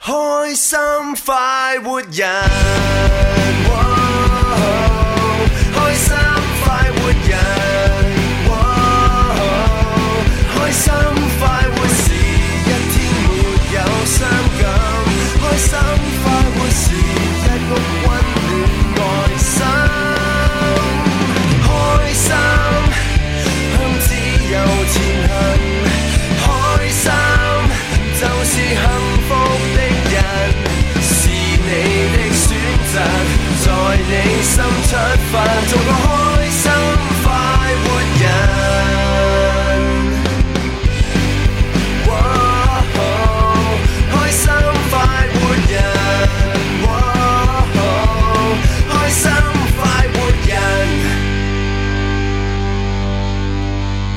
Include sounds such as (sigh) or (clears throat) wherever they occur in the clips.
开心快活人，哇开心快活人，哇开心快活是一天没有傷感，开心快活是一屋温暖愛心，开心向自由前行。開心就是幸福的人，是你的選擇，在你心出發，做個開心快活人。哇哦開心快活人，哇哦開心快活人。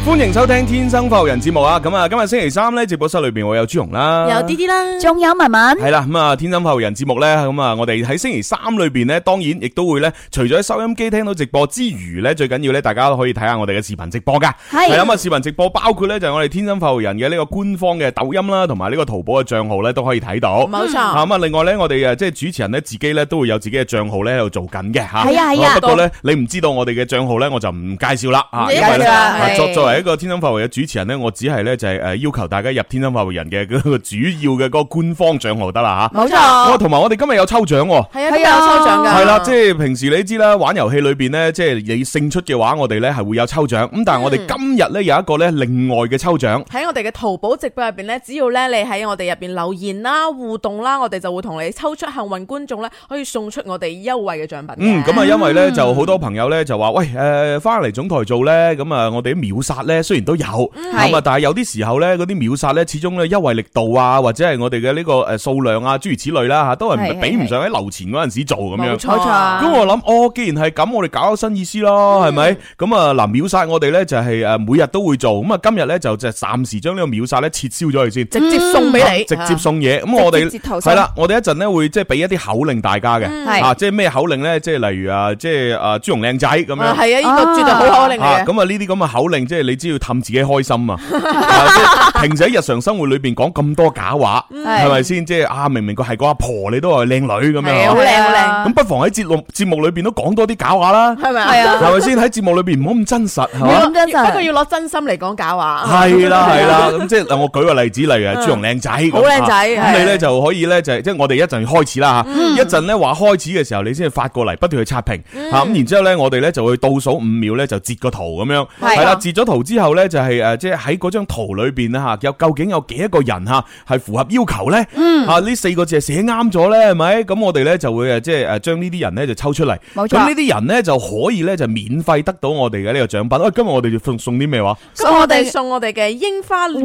欢迎收听《天生發育人》節目啊！咁啊，今日星期三咧，直播室裏边我有朱紅 Ờ, 啦，有啲啲啦，仲有文文，系啦，咁啊，天生發育人節目咧，咁啊，我哋喺星期三裏边咧，當然亦都會咧，除咗喺收音機聽到直播之餘咧，最緊要咧，大家都可以睇下我哋嘅視頻直播噶。係係啦咁啊，視頻直播包括咧就係我哋天生發育人嘅呢個官方嘅抖音啦，同埋呢個淘寶嘅帳號咧都可以睇到。冇啊錯，咁啊，另外咧，我哋誒即係主持人咧，自己咧都會有自己嘅帳號咧喺度做緊嘅嚇。係啊係啊不過咧，你唔知道我哋嘅帳號咧，我就唔介紹啦啊，唔因介為紹咧啦啊係作作為一個天生發圍嘅主持人咧，我只係咧就係誒呃要求大家入天生發圍人嘅嗰個主要嘅嗰個官方帳號得啦冇嚇。哇，錯，同埋我哋今日有抽獎喎。係係啊，啊今日有抽獎㗎，係啦，即係平時你知啦，玩遊戲裏邊咧，即係你勝出嘅話，我哋咧係會有抽獎。咁但係我嗯哋今日咧有一個咧另外嘅抽獎。喺我哋嘅淘寶直播入邊咧，只要咧你喺我哋入邊留言啦、互動啦，我哋就會同你抽出幸運觀眾咧，可以送出我哋優惠嘅獎品嘅。嗯，咁啊，因為咧就好多朋友咧就話，喂，誒翻嚟總台做咧，咁啊，我哋啲秒殺咧雖然都有，嗯咁啊，但係有啲時候咧嗰啲秒殺咧，始終咧優惠力度啊，或者係我哋嘅呢個誒數量啊，諸如此類啦嚇，都係係唔係比唔上喺樓前嗰陣時做咁冇樣。錯，嗯咁我諗，哦，既然係咁，我哋搞新意思咯，係咪？咁啊，嗱，秒殺我哋咧就係誒每日都會做，咁啊，今日咧就就暫時將呢個秒殺咧撤銷咗佢先。直接送俾你，直接送嘢。咁我哋直接投系訴啦，我哋一陣咧會即係俾一啲口令大家嘅，嗯係啊，即係咩口令咧？即係例如啊，即係啊朱容靚仔咁啊樣。係啊，呢個絕對好口令啊，嚟咁嘅。啊呢啲咁嘅口令，即係你只要氹自己開心 (laughs) 啊！啊即係平時喺日常生活裏边講咁多假話，嗯係咪先？即係啊，明明佢係個阿婆，你都話佢靚女咁係啊好樣。靚好靚咁不妨喺節目节目里边都講多啲假話啦，係咪啊？係啊係咪先？喺節目裏边唔好咁真實，係唔嘛好？咁真實不過要攞真心嚟講假話。係 (laughs) 啦係啦，咁即係嗱我舉個例子，例如係朱容靚仔咁，好靚仔啊咁你係咧就可以咧就係即係我哋一陣開始啦吓，一陣咧話開始嘅時候，你先至發過嚟，不斷去刷屏吓，咁然之後咧我哋咧就會倒數五秒咧就截個圖咁樣，係啊係啦，截咗圖之後咧就係誒即係喺嗰張圖裏邊咧吓，有究竟有幾多個人吓係符合要求咧？吓呢四個字係寫啱咗咧，係咪？咁我哋咧就會誒即係誒將呢啲人咧就抽出嚟，冇咁錯呢啲人咧就可以咧就免費得到我哋嘅呢個獎品。喂，今日我哋要送送啲咩話？咁我哋送我哋嘅櫻花嫩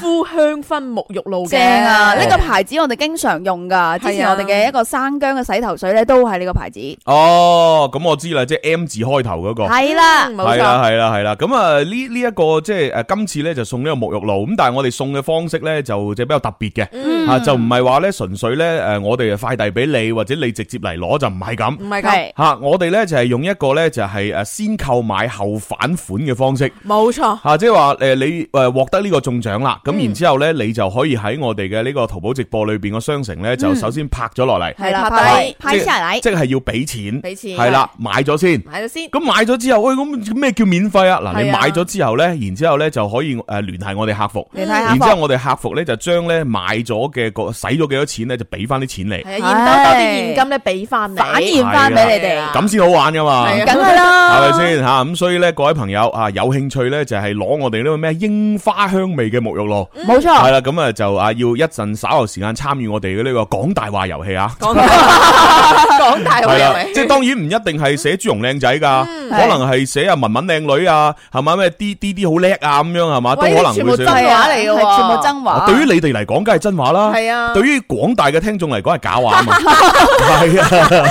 膚香薰沐浴露嘅，正啊！呢個係牌子我哋經常用噶，之前係啊我哋嘅一個生姜嘅洗頭水咧，都係呢個牌子。哦，咁我知啦，即系 M 字開頭嗰、個，係係啦嗯，冇錯，啦係啦係啦，咁啊呢呢一個即係诶呃今次咧就送呢個沐浴露，咁但係我哋送嘅方式咧就即係比較特別嘅，嗯吓就唔係話咧純粹咧诶我哋快遞俾你或者你直接嚟攞就唔係咁。唔係咁，係吓、我哋咧就係用一個咧就係诶先購買後返款嘅方式，冇錯，嗯吓、即係話诶你诶获得呢個中獎啦，咁然之后咧你就可以喺我哋嘅呢個淘寶直播裏边個商城咧就首先拍咗落嚟，係啦，嗯係拍拍低拍下嚟，即係要俾錢，俾錢係啦買咗先。買咗先，咁買咗之後，喂，咁咩叫免費啊？嗱，你係啊買咗之後呢，然之後咧就可以誒聯繫我哋客服，你睇然下之後貨，我哋客服呢，就將呢買咗嘅個使咗幾多錢呢，就俾翻啲錢你，係啊，現兜兜啲現金咧俾翻你，反現翻俾你哋，咁先好玩噶嘛。啊係啊梗係啦，係咪先吓？咁所以呢，各位朋友啊，有興趣呢，就係攞我哋呢個咩櫻花香味嘅沐浴露，冇係錯，啦，咁啊就啊要一陣稍後時間參與我哋嘅呢個講大話遊戲啊。講講大話係係啦，咪嗯即係當然唔一定係寫朱容靚仔㗎，可係能係寫啊文文靚女啊，係咪咩 D D D 好叻啊咁樣係嘛，都可喂能全會部寫。啊真話嚟㗎喎係全部真話。對於你哋嚟講，梗係真話啦。係啊對於廣大嘅聽眾嚟講係假話啊嘛。係啊，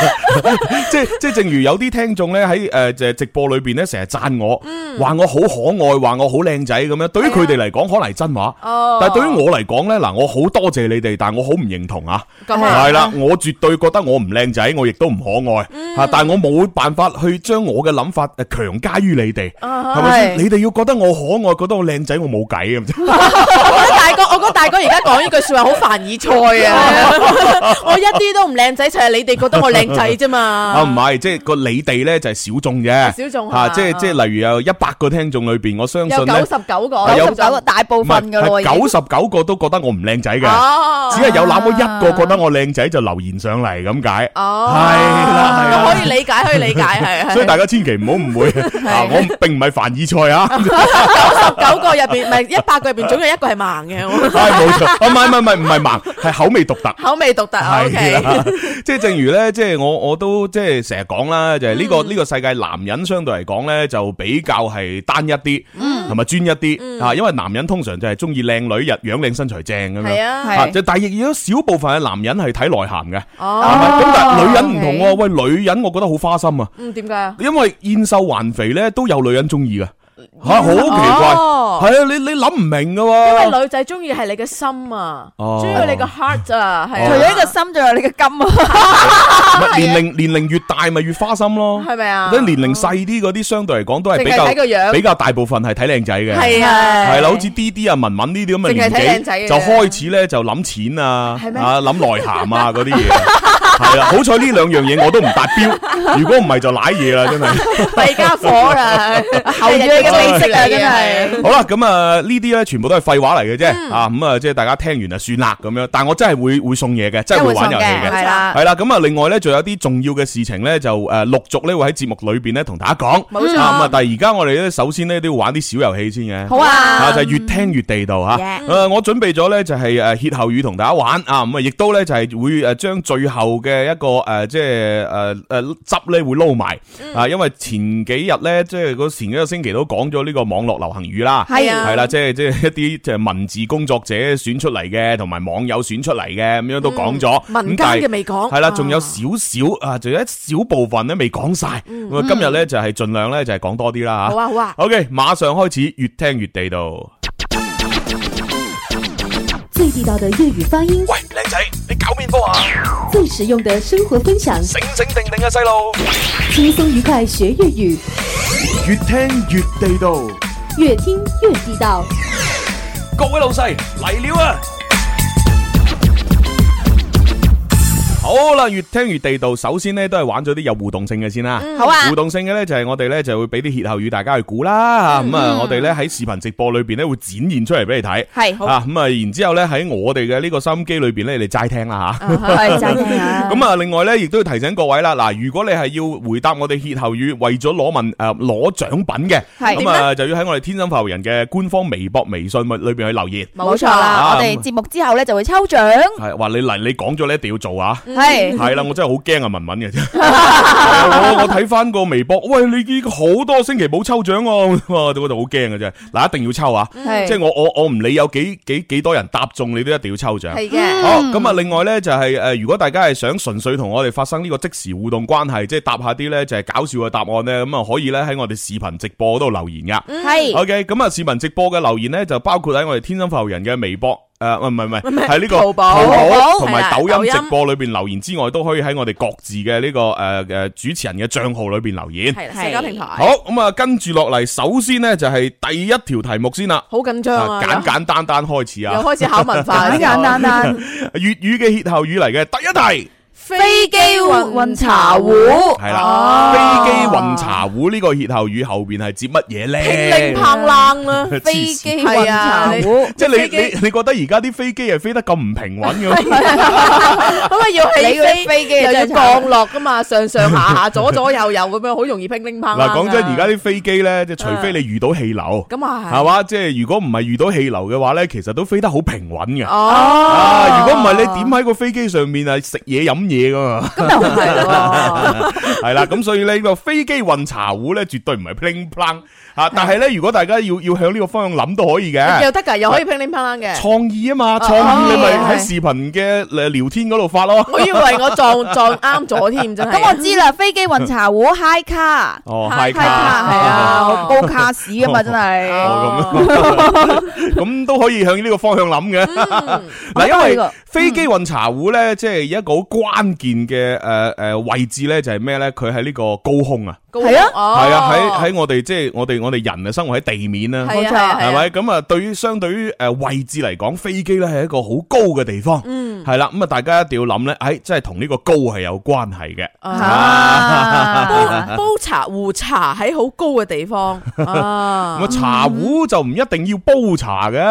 (laughs) 即係即係，正如有啲聽眾咧喺誒就係直播裏邊咧，成日讚我，話我好可愛，話我好靚仔咁樣。對於佢哋嚟講，可能係真話。哦，但係對於我嚟講咧，嗱，我好多謝你哋，但係我好唔認同啊。咁啊，係啦，我絕對覺得我唔靚仔，我亦都唔可啊呃愛吓，但係我冇辦法去將我嘅諗法诶强加於你哋，係咪係先？你哋要覺得我可愛，覺得我靚仔，我冇計咁啫。我覺得大哥，我覺得大哥而家講呢句说話好凡爾賽 (laughs) 啊！我一啲都唔靚仔，就係你哋覺得我靚仔啫嘛。啊，唔係，即係個你哋咧就係小眾啫，小眾係吓，嘛即係即係例如有一百個聽眾裏边，我相有信九咧十。九個，有九十九大部分噶咯，已經九十九個都覺得我唔靚仔嘅，哦，只係有那麼一個覺得我靚仔就留言上嚟咁解。哦，係啦係啦我可以理解，可以 (laughs) 理解，係。所以大家千祈唔好誤 (laughs) 會啊！我並唔係凡爾賽啊， (laughs) 九個入边，唔係一百個入边，總有一個係盲嘅，我係冇錯，啊唔係唔係唔係唔係盲，係口味獨特。 (laughs) 口味獨特 (laughs) 啊。(laughs) O 係 K，啦，即係正如咧，即係我我都即係成日講啦，就係呢個呢個世界男人相對嚟講咧就比較係單一啲，同埋專一啲啊，因為男人通常就係中意靚女、日樣靚、身材正咁係樣。啊，係啊！就但係亦有少部分嘅男人係睇內涵嘅，係哦，咪咁但係女人唔同喎， OK 喂女人我覺得好花心啊，嗯，點解啊？因為燕瘦還肥咧都有女人中意嘅，吓好奇怪，哦係啊你你諗唔明㗎喎，因為女仔中意係你嘅心啊，哦中意你嘅 heart 啊，係啊除咗一個心，仲有你嘅金啊！ (laughs) 唔係年齡年齡越大咪越花心咯，啊係咪啊即係年齡細啲嗰啲相對嚟講都係比淨係睇個較樣比較大部分係睇靚仔嘅，係啊，係啦，好似 D D 啊、文文呢啲咁嘅淨係睇年靚仔紀，嘅就開始咧就諗錢啊係，咩啊諗內涵啊嗰啲嘢，係啦，好彩呢兩樣嘢我都唔達標，如果唔係就濑嘢啦，真係。弊家伙 (laughs) 啦，後住你嘅美色啊真係好啦，咁啊呢啲咧全部都係廢話嚟嘅啫，啊咁啊即係大家聽完就算啦咁樣，但我真係會會送嘢嘅，真係會玩遊戲嘅。係啦系。啦，咁啊，另外咧，仲有啲重要嘅事情咧，就呃诶陆续咧會喺節目裏边咧同大家講。冇錯啊咁啊，但係而家我哋咧，首先咧都要玩啲小遊戲先嘅。好啊，啊，就係嗯越聽越地道吓。 Yeah 诶，我準備咗咧就係诶歇後語同大家玩啊，咁啊，亦都咧就係會诶将最後嘅一個诶即係呃诶诶汁咧會撈埋嗯啊，因為前幾日咧即係嗰前幾個星期都講咗呢個網絡流行語啦。係啊系啦，即係即系一啲即係文字工作者選出嚟嘅，同埋網友選出嚟嘅，咁樣都講咗。嗯民咁間但係嘅未講，系啦，仲有啊少少啊，仲有一小部分咧未講晒。嗯咁啊，今日咧就係盡量咧就係講多啲啦好吓。啊好啊， OK，馬上開始，越聽越地道。最地道的粤语发音，喂，靚仔，你搞面科啊？最实用的生活分享，醒醒定定啊，細路！轻松愉快学粤语，越聽越地道。越听越地道。各位老細嚟了啊！好啦，越聽越地道。首先咧都係玩咗啲有互動性嘅先啦。好啊互，動性嘅咧就係我哋咧就會俾啲歇後語大家去估啦。咁啊，我哋咧喺視頻直播裏边咧會展現出嚟俾你睇。係好啊，咁啊，然之后咧喺我哋嘅呢個收音機裏边咧，你齋聽啦吓。係真係啊！咁啊，另外咧，亦都要提醒各位啦，嗱，如果你係要回答我哋歇後語，為咗攞文诶呃攞獎品嘅，係咁啊，就要喺我哋天生發育人嘅官方微博、微信裏边去留言， (laughs) 冇錯啦，啊我哋節目之後咧就會抽獎，係話你嚟，你講咗你一定要做啊！係係啦，我真係好驚啊文文嘅啫，啊我我睇翻個微博，喂，你已經好多星期冇抽獎喎， (laughs) 我就好驚嘅啫。嗱，一定要抽啊！係即係我我我唔理有幾幾幾多人答中，你都一定要抽獎。係嘅，好，咁啊，另外咧就係诶，如果大家係想純粹同我哋發生呢個即時互動關係，即係答下啲咧就係搞笑嘅答案咧，咁啊可以咧喺我哋視頻直播嗰度留言噶。係 OK，咁啊視頻直播嘅留言咧就包括喺我哋天生發育人嘅微博。诶，唔係唔係唔係，喺呢個淘寶寶同係埋啦抖抖音音直播裏边留言之外，都可以喺我哋各自嘅呢個诶诶主持人嘅帳號裏边留言。係啦，係社交平台，好，咁啊跟住落嚟，首先呢就係第一條題目先啦，好緊張啊啊，簡簡單單開始又啊又，開始考文 (laughs) 化，簡簡單單，粵語嘅歇後語嚟嘅，第一題。飛機運運茶壺，系啦，哦飛機運茶壺呢個歇後語後边係指乜嘢乒鈴咧？乓啷啦， (laughs) (laughs) 黐線飛機運茶壺，啊即係啊飛你機你你觉得而家啲飛機係飛得咁唔平穩 (laughs) 嘅？咁啊要你嗰起啲飛飛機又真要係慘降落噶嘛，上上下下左左右右咁樣，好容易乒鈴乓啷嗱，啊。講真，而家啲飛機咧，即係除非你遇到氣流，咁啊係係嘛？即係如果唔係遇到氣流嘅話咧，其實都飛得好平穩嘅。哦，啊！如果唔係你點喺個飛機上面啊食嘢飲嘢噶嘛？咁又唔係 (laughs) 喎，係啦，咁所以呢個飛機運茶壺咧，絕對唔係 pling plang 啊！但係咧，如果大家要要向呢個方向諗都可以嘅。又得㗎，又可以乒鈴乓啷嘅。哦創意啊嘛，創意你咪喺視頻嘅誒聊天嗰度發咯。我以為我撞撞啱咗添，真 (laughs) 係。咁我知啦，飛機運茶壺 high car。哦 high 係啊，係啊，哦好高卡士啊嘛，真係。哦 (laughs) 咁，咁都 (laughs) 嗯可以向呢個方向諗嘅。嗱，因我覺得呢為個飛機運茶壺咧，即係一個好關關鍵嘅诶诶位置咧，就係咩咧？佢喺呢個高空啊，高係啊哦係啊，喺喺我哋即係我哋我哋人啊，生活喺地面啦，係冇啊錯係啊係啊係咪？咁啊，對於相對於诶位置嚟講，飛機咧係一個好高嘅地方，嗯，系啦，咁啊，大家一定要諗咧，诶，即係同呢個高係有關係嘅。啊啊 (laughs) 煲煲茶壺茶喺好高嘅 (laughs) 地方啊咁啊，，茶壺就唔一定要煲茶嘅，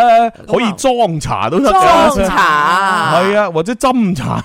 可以裝茶都得啊裝㗎。茶係啊，或者斟茶 (laughs) 啊，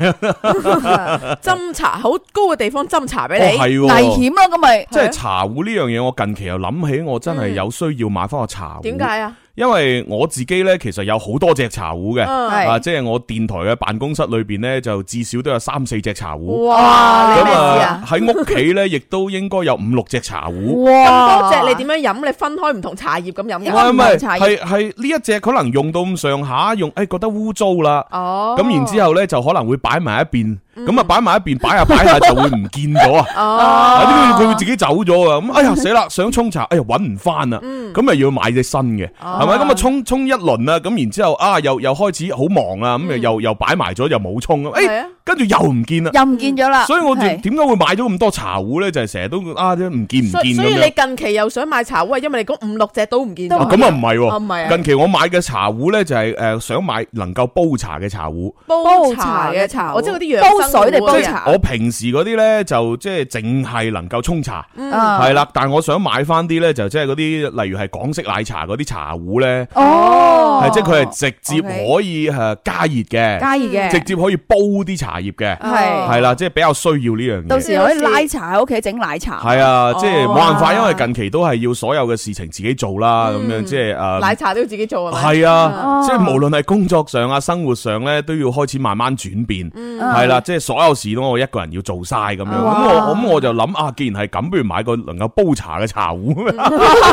斟茶好高嘅地方斟茶俾哦你，係喎。危險咯，咁咪即係茶壺呢樣嘢，我近期又諗起，我真係啊嗯有需要買翻個茶壺。點？解啊？因為我自己呢，其實有好多隻茶壺嘅，嗯係啊，即係我電台嘅辦公室裏边呢，就至少都有三四隻茶壺。哇哇！你咁你咩事咩啊事啊？啊，喺屋企呢，亦都應該有五六隻茶壺。咁哇多隻你點樣飲？你分開唔同茶葉咁飲應唔該嘅？係唔唔係係，茶葉係係呢一隻可能用到咁上下，用诶覺得污糟啦，哦，咁然之後咧就可能會擺埋一邊，咁啊擺埋一邊，擺下擺下就會唔見咗啊！哦，啊！呢個佢會自己走咗啊！咁哎呀死啦，想沖茶，哎呀揾唔翻啦，咁咪要買隻新嘅，係咪？咁啊沖沖一輪啦，咁然之後啊又又開始好忙啊，咁又又又擺埋咗又冇沖啊，係哎啊跟住又唔見啦，又唔見咗啦，所以我就係點解會買咗咁多茶壺咧？就係成日都啊唔見唔見所以所以咁你樣。近期又想買茶壺，係因為你嗰五六隻都唔見都哦啊咗，咁啊唔係啊唔係喎，啊近期我買嘅茶壺咧就係誒想買能夠煲茶嘅茶壺，煲茶嘅茶，煲我茶嘅即係嗰啲煲養生水嚟煲壺啊茶我平時嗰啲咧就即係淨係能夠沖茶。啊系啦，但系我想買翻啲咧，就即係嗰啲，例如係港式奶茶嗰啲茶壺咧，哦，係即係佢係直接 OK 可以诶加熱加熱嘅，嘅，直接可以煲啲茶葉嘅，係係啦，即係比較需要呢樣到嘢。時哦可以拉茶喺屋企整奶茶，係啊，即係冇辦法，哇因為近期都係要所有嘅事情自己做啦，咁嗯樣即係诶。奶呃茶都要自己做係咪？係啊，哦即係無論係工作上啊、生活上咧，都要開始慢慢轉變。嗯係啦，，即係所有事都我一個人要做晒咁樣。咁哇我咁我就諗啊，既然係咁，不如買個能夠煲茶嘅茶壺。 (laughs) (laughs)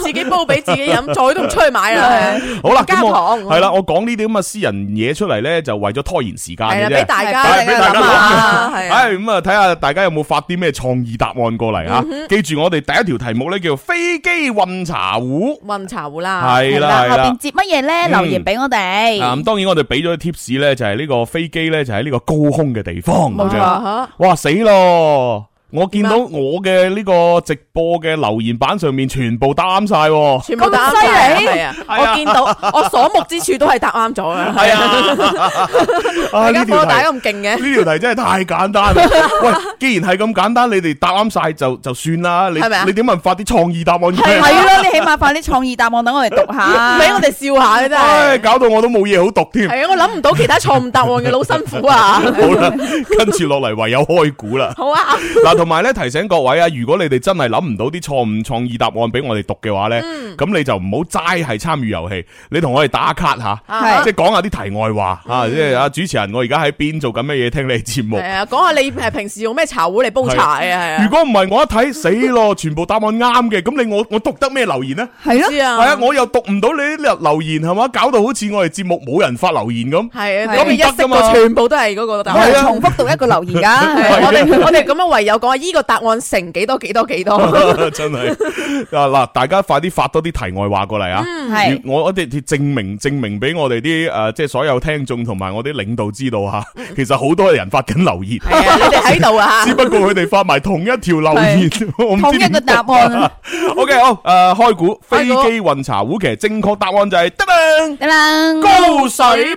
自己煲俾自己飲，再都唔出去買啦。 (laughs) 好啦，加咁我糖系啦，我講呢啲咁嘅私人嘢出嚟咧，就為咗拖延時間係嘅啦，俾啫。大家係俾大家 (laughs) 諗下，係啊唉，咁啊，睇下大家有冇發啲咩創意答案過嚟啊！嗯記住我哋第一條題目咧叫飛機運茶壺，混茶壺啦，係啦啦，係後邊啦。接乜嘢咧？嗯留言俾我哋，啊咁當然我哋俾咗 tips 咧，就係呢個飛機咧就喺呢個高空嘅地方冇咁錯樣。啊哇死咯！我見到點啊我嘅呢個直播嘅留言板上面全部答啱晒喎。全部答啱咁犀利晒係啊！係啊我見到我所目之處都係答啱咗嘅， (laughs) 係啊，啊 (laughs) 大呢家條科題大咁勁嘅，呢條題真係太簡單 (laughs) 啦！喂，既然係咁簡單，你哋答啱晒就就算啦。你係咪啊你點問發啲創意答案出嚟？ (laughs) 係啦，你起碼快啲創意答案等我哋讀下，俾我哋笑下嘅真唉，係。搞到我都冇嘢好讀添。係啊，我諗唔到其他錯誤答案嘅，老辛苦啊！好啦，跟住落嚟唯有開估啦。好啊， (laughs) 嗱，同埋咧提醒各位啊，如果你哋真係諗唔到啲錯誤創意答案俾我哋讀嘅話咧，咁你就唔好齋係參與遊戲，你同我哋打卡下，係即係講下啲題外話啊！即係啊，主持人，我而家喺邊做緊乜嘢？聽你節目 (laughs) 係。啊，講下你誒平時用咩茶壺嚟煲茶嘅係如啊。果唔係我一睇死咯，全部答案啱嘅，咁你我我讀得咩留言呢？係咯知。啊，系啊，我又讀唔到你啲留言係嘛，搞到好似我哋節目冇人發留言咁。係啊，咁你唔一得識㗎嘛過全部都係嗰個答冇案係。人啊重複讀一個留言 (laughs) 係㗎，我哋我哋咁樣唯有講下依個答案乘幾多幾多幾多。 (laughs) 真係 (laughs) 啊嗱，大家快啲發多啲題外話過嚟啊！嗯係我我哋證明證明俾我哋啲诶，即係所有聽眾同埋我啲領導知道吓，其實好多人發緊留言，嗯係啊，你哋喺度 (laughs) 啊只，不過佢哋發埋同一條留 (laughs) 言，我唔同知一點個答 (laughs) 案 O K 好诶，開估飛啊開估機運茶壺，其實正確答案就係得啦，得啦。高水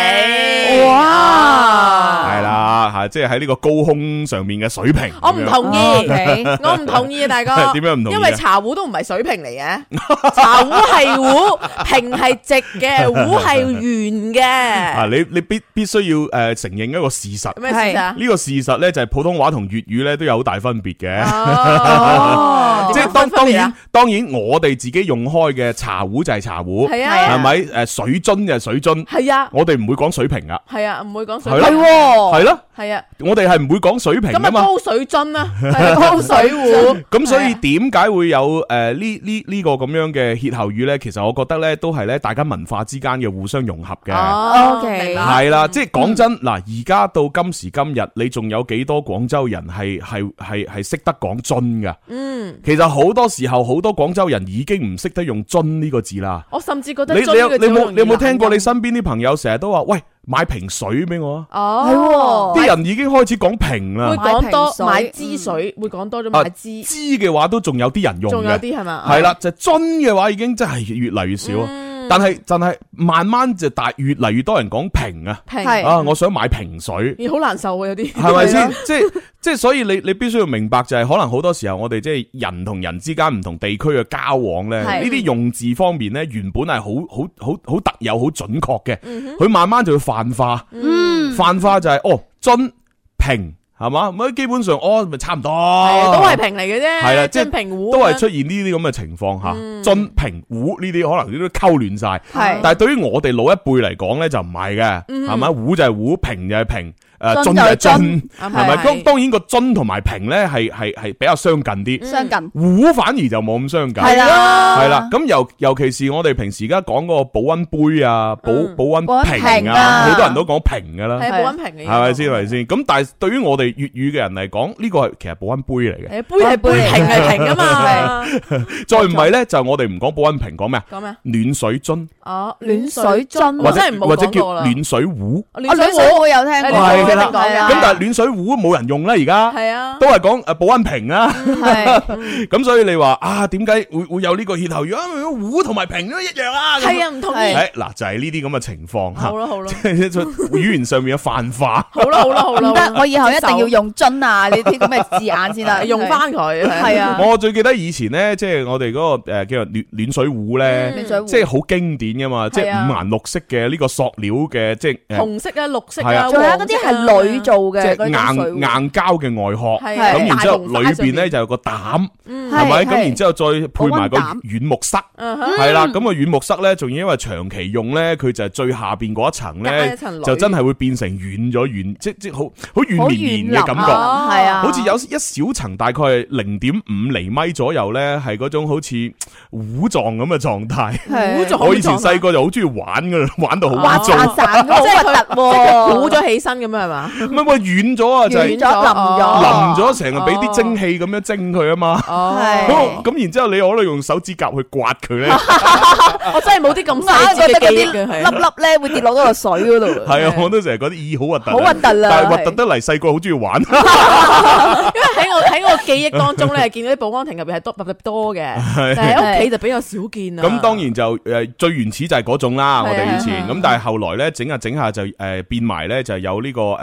平啊哇系啦吓，即係喺呢個高空上面嘅水平。我唔咁樣 (laughs) 同哦意。 ，OK 我唔同意啊，大哥。點樣唔同意啊因為茶壺都唔係水平嚟 (laughs) 嘅，茶壺係壺，平係直嘅，壺係圓啊！嘅。你你必必須要诶承認一個事實，咩事啊？呢個事實咧就係普通話同粵語咧都有好大分別嘅。哦， (laughs) 即點係樣當分當分別然啊，當然我哋自己用開嘅茶壺就係茶壺，係啊係咪？诶，水樽就係水樽，係啊，我哋唔會講水平噶，係啊，唔會講水係係平，喎，係咯，係啊，我哋係唔會講水平咁噶啊嘛。高水 (laughs) 樽啊，係啊高水壺。啊咁所以點解會有诶呢呢呢個咁樣嘅歇後語咧？其實我覺得咧都係咧大家文化之間嘅互相融合嘅。哦 OK 明白系啦，即系讲真，嗱，而家到今時今日，你仲有幾多廣州人係係係系识得講樽噶？嗯，其實好多時候，好多廣州人已經唔識得用樽呢個字啦。我甚至覺得你你有樽嘅你字好冇容易你有冇聽過懶你身邊啲朋友成日都話喂買瓶水俾我啊！哦，啲人已經開始講瓶啦，會講多買買瓶水支水，會講多咗啊買支，支嘅話都仲有啲人用仲有嘅，啲係嘛？係啦，就樽嘅話已經真係越嚟越少啊。嗯，但係但係慢慢就大越嚟越多人講瓶啊，平係啊，我想買瓶水。而好難受啊，有啲係咪係 (laughs) 先？即係即係，所以你你必須要明白就係，可能好多時候我哋即係人同人之間唔同地區嘅交往咧，係呢啲用字方面咧，原本係好好好好特有、好準確嘅，嗯佢慢慢就會泛化，嗯，泛化就係哦樽平係嘛，咁基本上哦咪差唔多，係啊都係平嚟嘅啫，哦係啦即係真啊平糊都係出現呢啲咁嘅情況吓，樽平壺呢啲可能都溝亂晒。係但係對於我哋老一輩嚟講咧，就唔係嘅，係咪？壺就係壺，瓶就係瓶，誒樽樽就就係係樽樽，係係咪？係當當然個樽同埋瓶咧係係係比較相近啲，相近壺反而就冇咁相近。係啦，係啦，咁尤尤其是我哋平時而家講嗰個保温杯啊、保嗯保温保溫瓶瓶啊，啊好多人都講瓶噶啦，係保温瓶嚟嘅，係咪先？係咪先？咁但係對於我哋粵語嘅人嚟講，呢個係其實保温杯嚟嘅。誒杯係杯，係瓶係瓶噶嘛，再唔係咧，就我哋唔講保温瓶，講咩啊？講咩？暖水樽哦，暖水樽，或我者真係冇或者講叫過啦暖水壺。哦我暖兩水水壺我有聽過，係啦係啊咁但係暖水壺冇人用啦，而家係啊都，係講誒保温瓶啊。係咁所以你話啊，點解會會有呢個歇後語啊？壺同埋瓶都一樣啊。係啊，唔同意係。誒嗱，就係呢啲咁嘅情況好嚇，啦好啦，語言上面嘅泛化。好啦好啦好啦，唔得，我以後一定要接用樽啊呢啲咁嘅字眼先啦，受用翻佢，係啊，我最記得以前咧，即係我哋嗰個誒叫做暖暖水壺咧，暖水壺即係好經典噶嘛，即係係啊五顏六色嘅呢個塑料嘅，即係誒紅色啊綠色係啊，啊仲有嗰啲係女做即嘅係嗰啲水硬壺硬膠嘅外殼。係啊咁然之後裏邊咧就就有個膽，嗯係咪？係咁然之後再配埋個保溫膽軟木塞，嗯哼係啦。咁個啊軟木塞咧，仲要因為長期用咧，佢就係最下邊嗰一層加咧一層裏，就真係會變成軟咗軟，即即好好軟好綿綿嘅感覺。啊係啊，好似有一小層大概係零點五厘米左右咧，係嗰種好似呃糊狀咁嘅狀態。係鼓咗我以前細個就好中意玩噶啦， (laughs) 玩到好滑污糟，潺潺咁，好核突喎，鼓咗起身咁樣係嘛？唔係喂軟咗啊，就係軟咗淋淋咗，哦咗成日俾啲蒸汽咁樣蒸佢啊嘛。係咁咁然之後你可能用手指甲去刮佢咧，我真係冇啲咁細硬緻覺得嘅嗰記憶啲嘅粒係。粒咧會跌落嗰個水嗰度，係啊，我都成日覺得咦好核突啊，好核突啦但係核係突得嚟細個好中意玩，因為喺我喺我記憶當中咧，見到啲保安亭入邊係多特別多嘅，但係喺屋企就比較少見 (laughs) 啦。咁當然就誒最原始就係嗰種啦，係我啊哋以前係啊咁，但係後來咧整下整下就誒變埋咧就有呢個誒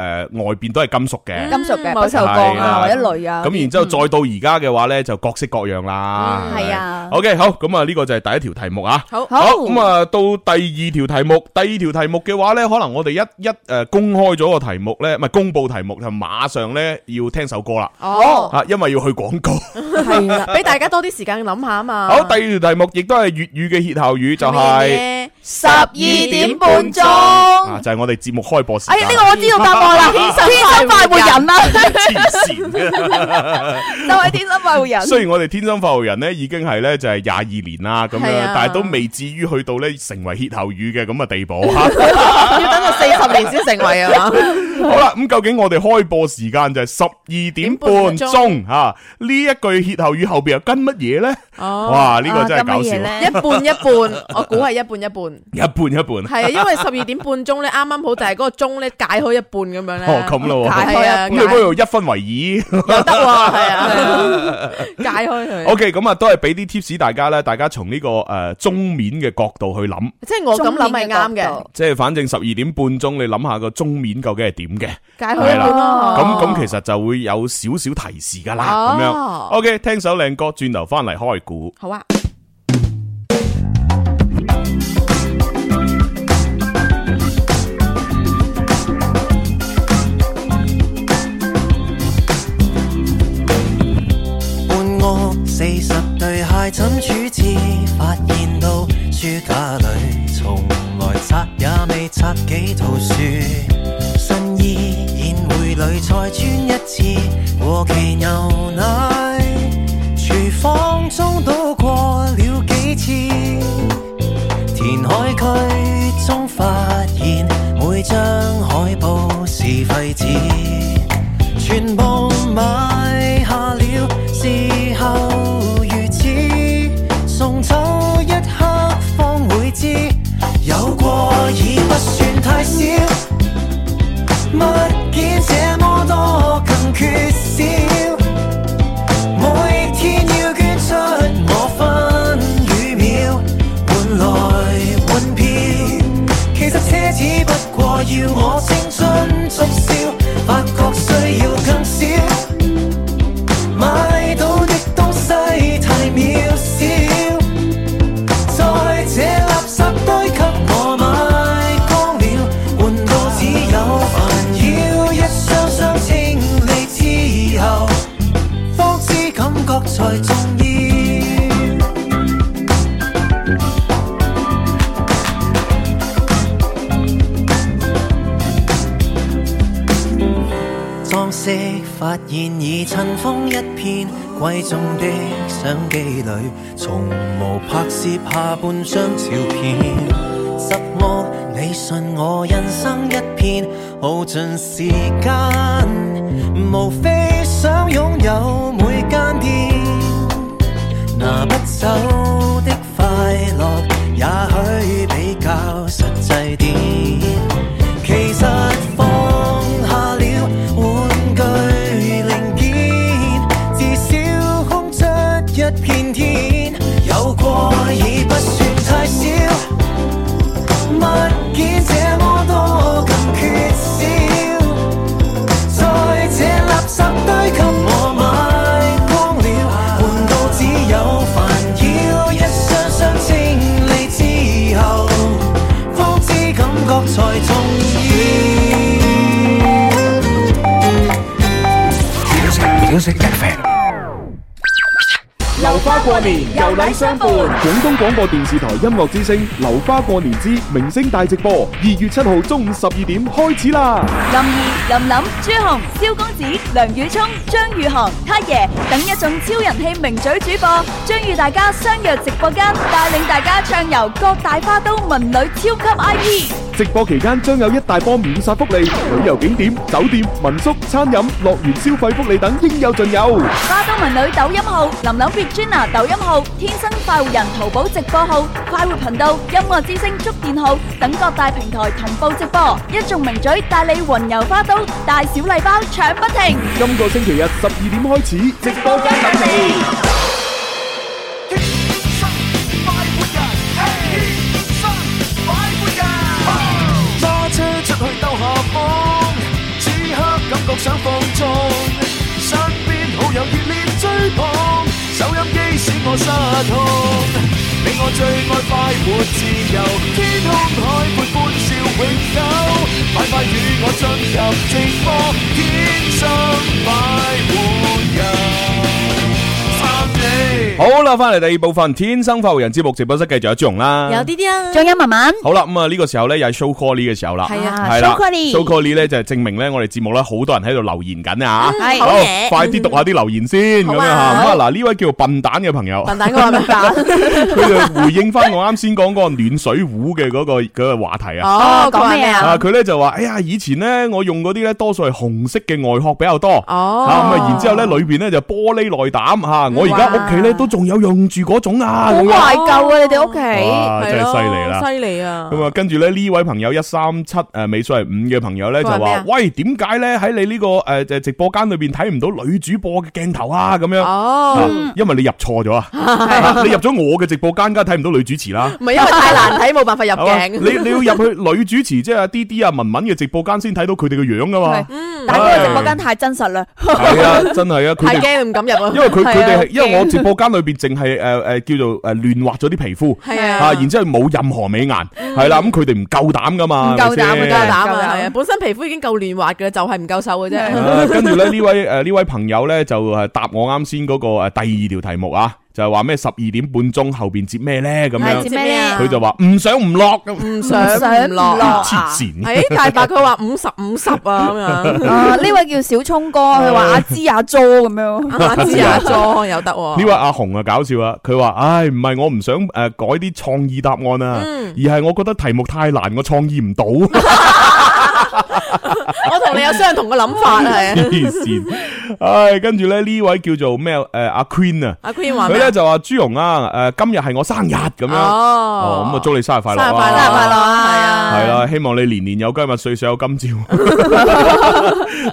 外邊都係金屬嘅。金屬嘅嗯不鏽鋼啊或係啦者鋁啊，咁然之後再到而家嘅話咧，就各式各樣啦。嗯係啊 OK，好，咁啊呢個就係第一條題目啊。好好，咁啊到第二條題目，第二條題目嘅話咧，可能我哋一一誒公開咗個題目咧，唔係公布題目，就馬上咧要聽首歌啦。哦，啊，因為要去廣告。係啦，俾大家多啲時間諗下啊嘛。好，第二條題目亦都係粵語嘅歇後語，就係咩嘢十二點半鐘啊，。就係我哋節目開播時哎呀，呢間。個我知道 (laughs) 答案啦，天生快活人啦， (laughs) 黐線 (laughs) 嘅，就係天生快活人。雖然我哋天生發號人咧已經係咧就係廿二年啦咁係樣啊，但係都未至於去到咧成為歇後語嘅咁嘅地 (laughs) 步吓。要等到四十年先成 à? 為啊嘛，好啦，咁究竟我哋開播時間就係十二點半鐘吓，啊呢一句歇後語後邊又跟乜嘢咧？哦，哇，呢個真係搞笑，啊一半一半，我估係一半一半。 (laughs) 一半一半。係啊，因為十二點半鐘咧，啱啱好就係嗰個鐘咧解開一半咁樣咧。哦，咁咯喎，解係啊，咁你解不如一分為二。又得喎，係啊，解開佢。 (laughs) OK，咁啊都係俾啲 tips 大家咧，大家從呢個誒中面嘅角度去諗。即係我咁諗係啱中嘅，即係反正十二點半鐘，你諗下個中面究竟係點嘅，解開一半咯。咁咁、其實就會有少少提示噶啦，咁、哦樣。OK，聽首靚歌，轉頭翻嚟開估。好啊，半屋四十對蟹怎處置？發現到書架裏從來擦也未擦幾套書。新衣宴會裏再穿一次過期牛奶，廚房中倒過了幾次。填海區中發現每張海報是廢紙，全部買下了，事後如此，送走一刻方會知，有過已不算太少。件這麼多更缺少，每天要捐出我分與秒，換來換票。其實奢侈不過要我青春促銷，發覺需要更少。買到的東西太渺小，在這垃圾堆給我買光了，換到只有煩擾。一箱箱清理之後，方知感覺才重要。裝飾發現已塵封一片，貴重的相機裏，從無拍攝下半張照片。十惡你信我，人生一片，耗盡時間，無非想擁有每間店。拿不走的快樂，也許比較實際點。其實放下了玩具零件，至少空出一片天。有過已不算太少，物件這麼多更缺少。在這垃圾堆給我買光了，換到只有煩擾。一箱箱清理之後，方知感覺才重要。流花過年，有禮相伴。廣東廣播電視台音樂之聲《流花過年之明星大直播》，二月七號中午十二點開始啦！林怡、林琳、朱紅、蕭公子、梁宇聰、張宇航、卡爺等一眾超人氣名嘴主播，將與大家相約直播間，帶領大家暢遊各大花都文旅超級 IP。直播期間將有一大波秒殺福利，旅遊景點、酒店、民宿、餐飲、樂園消費福利等應有盡有。花都文女抖音號、林琳 Virginia 抖音號、天生快活人淘寶直播號、快活頻道、音樂之聲觸電號等各大平台同步直播，一眾名嘴帶你雲遊花都，大小禮包搶不停。今個星期日十二點開始，直播間等你。揸車出去兜下風，此刻感覺想放縱，身邊好友熱烈追捧，收音機使我失控，你我最愛快活自由，天空海闊歡笑永久，快快與我進入直播，天生快活人，生你。好啦，翻嚟第二部分《天生發育人》節目直播室，繼續有朱紅啦。有啲啲啊，仲有文文，好啦，咁啊呢個時候咧又係 show call 呢嘅時候啦，係啊係啦 show call-y ，show call 呢咧就係證明咧我哋節目咧好多人喺度留言緊啊，係好好嘢快啲讀下啲留言先咁好樣啊吓，咁啊嗱呢位叫笨蛋嘅朋友，笨蛋嗰個 (laughs) 笨佢蛋，就回應翻我啱先講嗰個暖水壺嘅嗰個嗰個話題啊。哦，講咩啊啊！佢咧就話：哎呀，以前咧我用嗰啲咧多數係紅色嘅外殼比較多，啊哦，咁啊，然之後咧裏邊咧就玻璃內膽嚇，我而家屋企咧都仲有用住嗰種啊，咁樣懷舊啊！你哋屋企哇係真係咯犀利啦！犀利啊！咁啊，跟住咧呢位朋友一三七誒尾數係五嘅朋友咧就佢話咩話啊：喂，點解咧喺你呢個誒誒直播間裏邊睇唔到女主播嘅鏡頭啊？咁樣，啊哦，因為你入錯咗啊！你入咗我嘅直播間，梗係睇唔到女主持啦。唔係因為太難睇，冇辦法入係嘛鏡。你你要入 (laughs) 去女主持，即係阿 D D 啊、文文嘅直播間先睇到佢哋嘅樣噶嘛？但嗰個直播間太真實啦，係啊，真係啊，佢太哋。驚唔敢入啊！因為佢佢哋係啊係，因為我直播間裏邊淨係誒誒叫做誒亂畫咗啲皮膚，係啊嗯啊，然之後冇任何美顏，係啦，咁佢哋唔夠膽噶嘛，唔夠膽啊係咪先真係夠膽 (laughs) 夠啊，膽係啊，本身皮膚已經夠嫩滑嘅，就係唔夠瘦嘅啫。啊跟住咧呢位誒呢位朋友咧就誒答我啱先嗰個誒第二條題目啊，就係話咩十二點半鐘後邊接咩咧咁係接樣，咩啊咧？佢就話唔上唔落咁，唔想唔落啊啊！黐線，誒，大白佢話五十五十啊 (laughs) 咁樣，啊，呢位叫小聰哥，佢話阿芝阿 Jo 咁樣。 (laughs) 阿芝阿莊又得喎呢。位阿紅啊搞笑啊，佢話唉唔係我唔想誒改啲創意答案啊，嗯而係我覺得題目太難，我創意唔 (laughs) 到，我同你有相同嘅諗法係 (laughs) 啊。黐線。唉，跟住咧呢位叫做咩诶阿 Queen 啊，阿 Queen 話佢咩咧啊？就話朱容啊，诶今日係我生日咁樣，哦哦咁啊祝你生日快樂生日快啊！樂生日快樂啊係系啦，希望你年年有今日，歲歲有今 (laughs) 朝。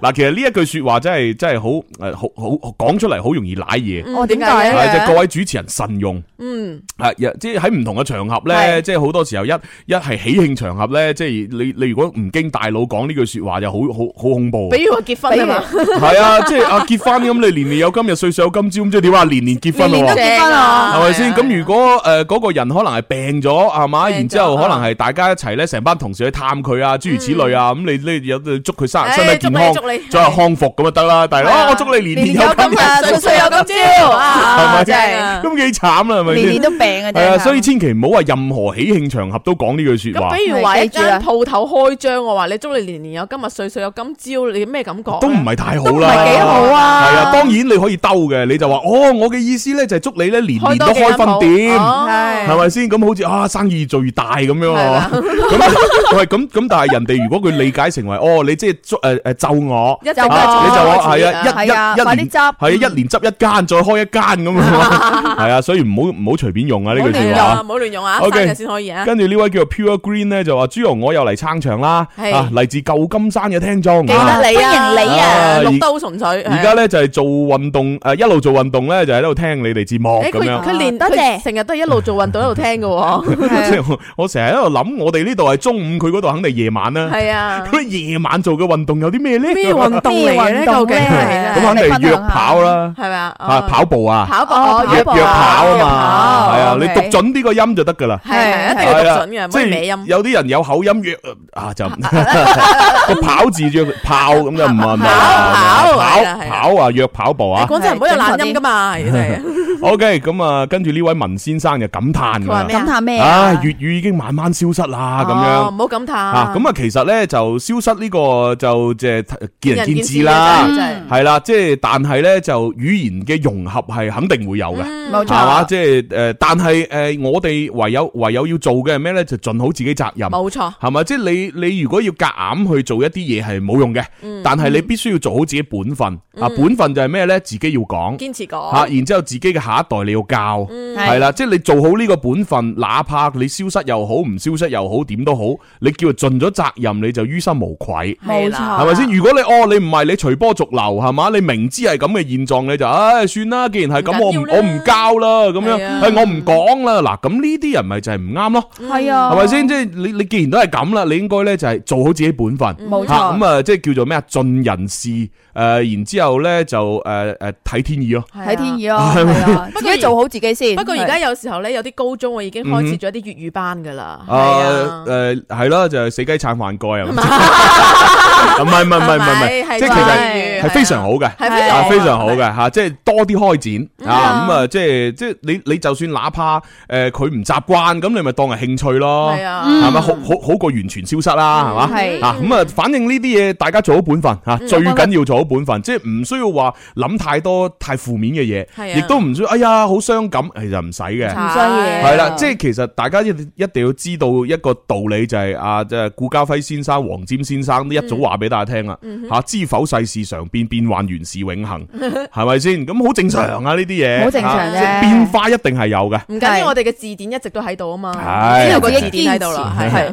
嗱，其實呢一句说話真係真係好诶，好好講出嚟好容易濑嘢，嗯哦點解咧點係就嘅係各位主持人慎用。嗯，啊，又即係喺唔同嘅場合咧，係即係好多時候一一係喜慶場合咧，即係你你如果唔經大腦講呢句说話，就好好好恐怖。比如話結婚啊嘛，係啊，即 (laughs) 係啊結婚咁，你年年有今日，歲歲有今朝，咁即係點啊？年年結婚年年喎都。結婚啊係咪先？咁如果诶嗰個人可能係病咗，係嘛？病咗然之后可能係大家一齊咧，成班同事去探佢啊，諸如此類啊。咁你你有祝佢生日身體唉健祝你康，祝你早日康復咁就得啦。但係係啊啊，我祝你年年有今日，年年有今日歲歲有今朝係啊咪啊真係啊咁幾慘啦，係咪年年先？都病嘅係啊，啫。所以千祈唔好話任何喜慶場合都講呢句说話咁。比如話記一住啦間鋪頭開張，我話你祝你年年有今日，歲歲有今朝，你咩感覺？都唔係太好唔啦，係幾好啊係啊，當然你可以兜嘅，你就話哦，我嘅意思咧就係祝你咧年年都多幾間開分店，鋪哦係係咪先？咁好似啊生意越做越大咁樣啊，係啦咁喂咁咁，但係人哋如果佢理解成為哦，你即係祝誒誒就我。一就就啊我你就話話係啊，一一係啊一快年啲係執啊，嗯一年執一間，再開一間咁 (laughs) 啊，係啊，所以唔好唔好隨便用啊呢句亂説用話啊，。唔好亂用啊， OK 生日先可以啊。跟住呢位叫做 Pure Green 咧就話：朱紅，我又嚟撐場啦，係啊嚟自舊金山嘅聽眾，記啊得你啊，歡迎你啊啊錄得好純粹。而家咧就係做運動，呃诶一路做運動咧就喺度聽你哋節目誒咁佢樣。佢連多謝佢成日都係一路做運動一路聽嘅喎， (laughs) 即係我我成日喺度諗，我哋呢度係中午，佢嗰度肯定夜晚啦。係 (laughs) 啊。咁夜晚做嘅運動有啲咩咧？咩運動嚟嘅 (laughs) 咧？咩運究動竟咧係咁真係肯定係約跑啦，係咪啊？啊哦跑步啊，跑步哦約約跑步啊跑啊嘛，跑係啊，你 OK 讀準呢個音就得噶啦。係係一定要係讀啦準嘅，唔即可以係歪音。有啲人有口音約啊， (laughs) 就個跑字約跑咁就唔係唔係跑跑跑係啦係啦跑啊，約跑步啊。廣州人唔好有懶音噶嘛，真 (laughs) 係 OK，咁啊，跟住呢位文先生就感嘆㗎佢話啦咩感嘆咩啊？唉，粵語已經慢慢消失啦，咁哦樣唔好咁嘆。啊，咁啊，其實咧就消失呢個就即係見仁見智啦見仁見智嘅真係嗯真係啦，即係但係咧就語言嘅融合係肯定會有嘅。係冇係嘛？錯，即係诶，呃但係诶，我哋唯有唯有要做嘅係咩咧？就盡好自己責任，冇錯，係咪？即係你你如果要夾硬去做一啲嘢係冇用嘅，但係你必須要做好自己本分啊！本分就係咩咧？自己要講。堅持吓，講。嗯然之后自己嘅下一代你要教，係係啦，即係你做好呢個本分，哪怕你消失又好，唔消失又好，點都好，你叫佢盡咗責任，你就於心無愧。冇係啦錯，係咪先？如果你哦，你唔係你隨波逐流係嘛？你明知係咁嘅現狀，你就唉算啦。既然係咁，唔我唔緊要啦我唔交啦，咁樣係啊嗯係我唔講啦。嗱，咁呢啲人咪就係唔啱咯，係啊，係咪先？即係你你既然都係咁啦，你應該咧就係做好自己本分。冇吓錯咁，啊，即係叫做咩啊？盡人事誒，然之後咧就誒誒睇天意咯。睇天意。意咯，係 à. 啊，自己做好自己先。不過而家有時候咧，有啲高中我已經開設咗一啲粵語班噶啦。係啊啊。誒係啦，就係死雞撐飯蓋 (laughs) 啊！唔係唔係唔係唔係唔係係，咪即係其係實係非常好嘅。係係非啊，常嗯非常好嘅吓，即係多啲開展啊，咁啊，即係即係你你就算哪怕诶佢唔習慣，咁你咪當係興趣咯，係啊，嗯係咪好好好過完全消失啦，係嘛？係啊，咁啊，反正呢啲嘢大家做好本分嗯吓，最緊要做好本分，即係唔需要話諗太多太負面嘅係嘢，啊亦都唔需要哎呀好傷感，其實唔使嘅。唔需要係啦，啊即係其實大家一一定要知道一個道理，就係啊，即係顧嘉輝先生、黃霑先生都一嗯早話俾大家聽啦，吓知否世事常變，變幻原是永恒，係咪先？咁好正常啊，呢啲嘢 (laughs) 好正常啊啫即係變化一定係有嘅。唔緊係要，我哋嘅字典一直都喺度啊嘛，係只有個字典喺度啦，自己堅持啊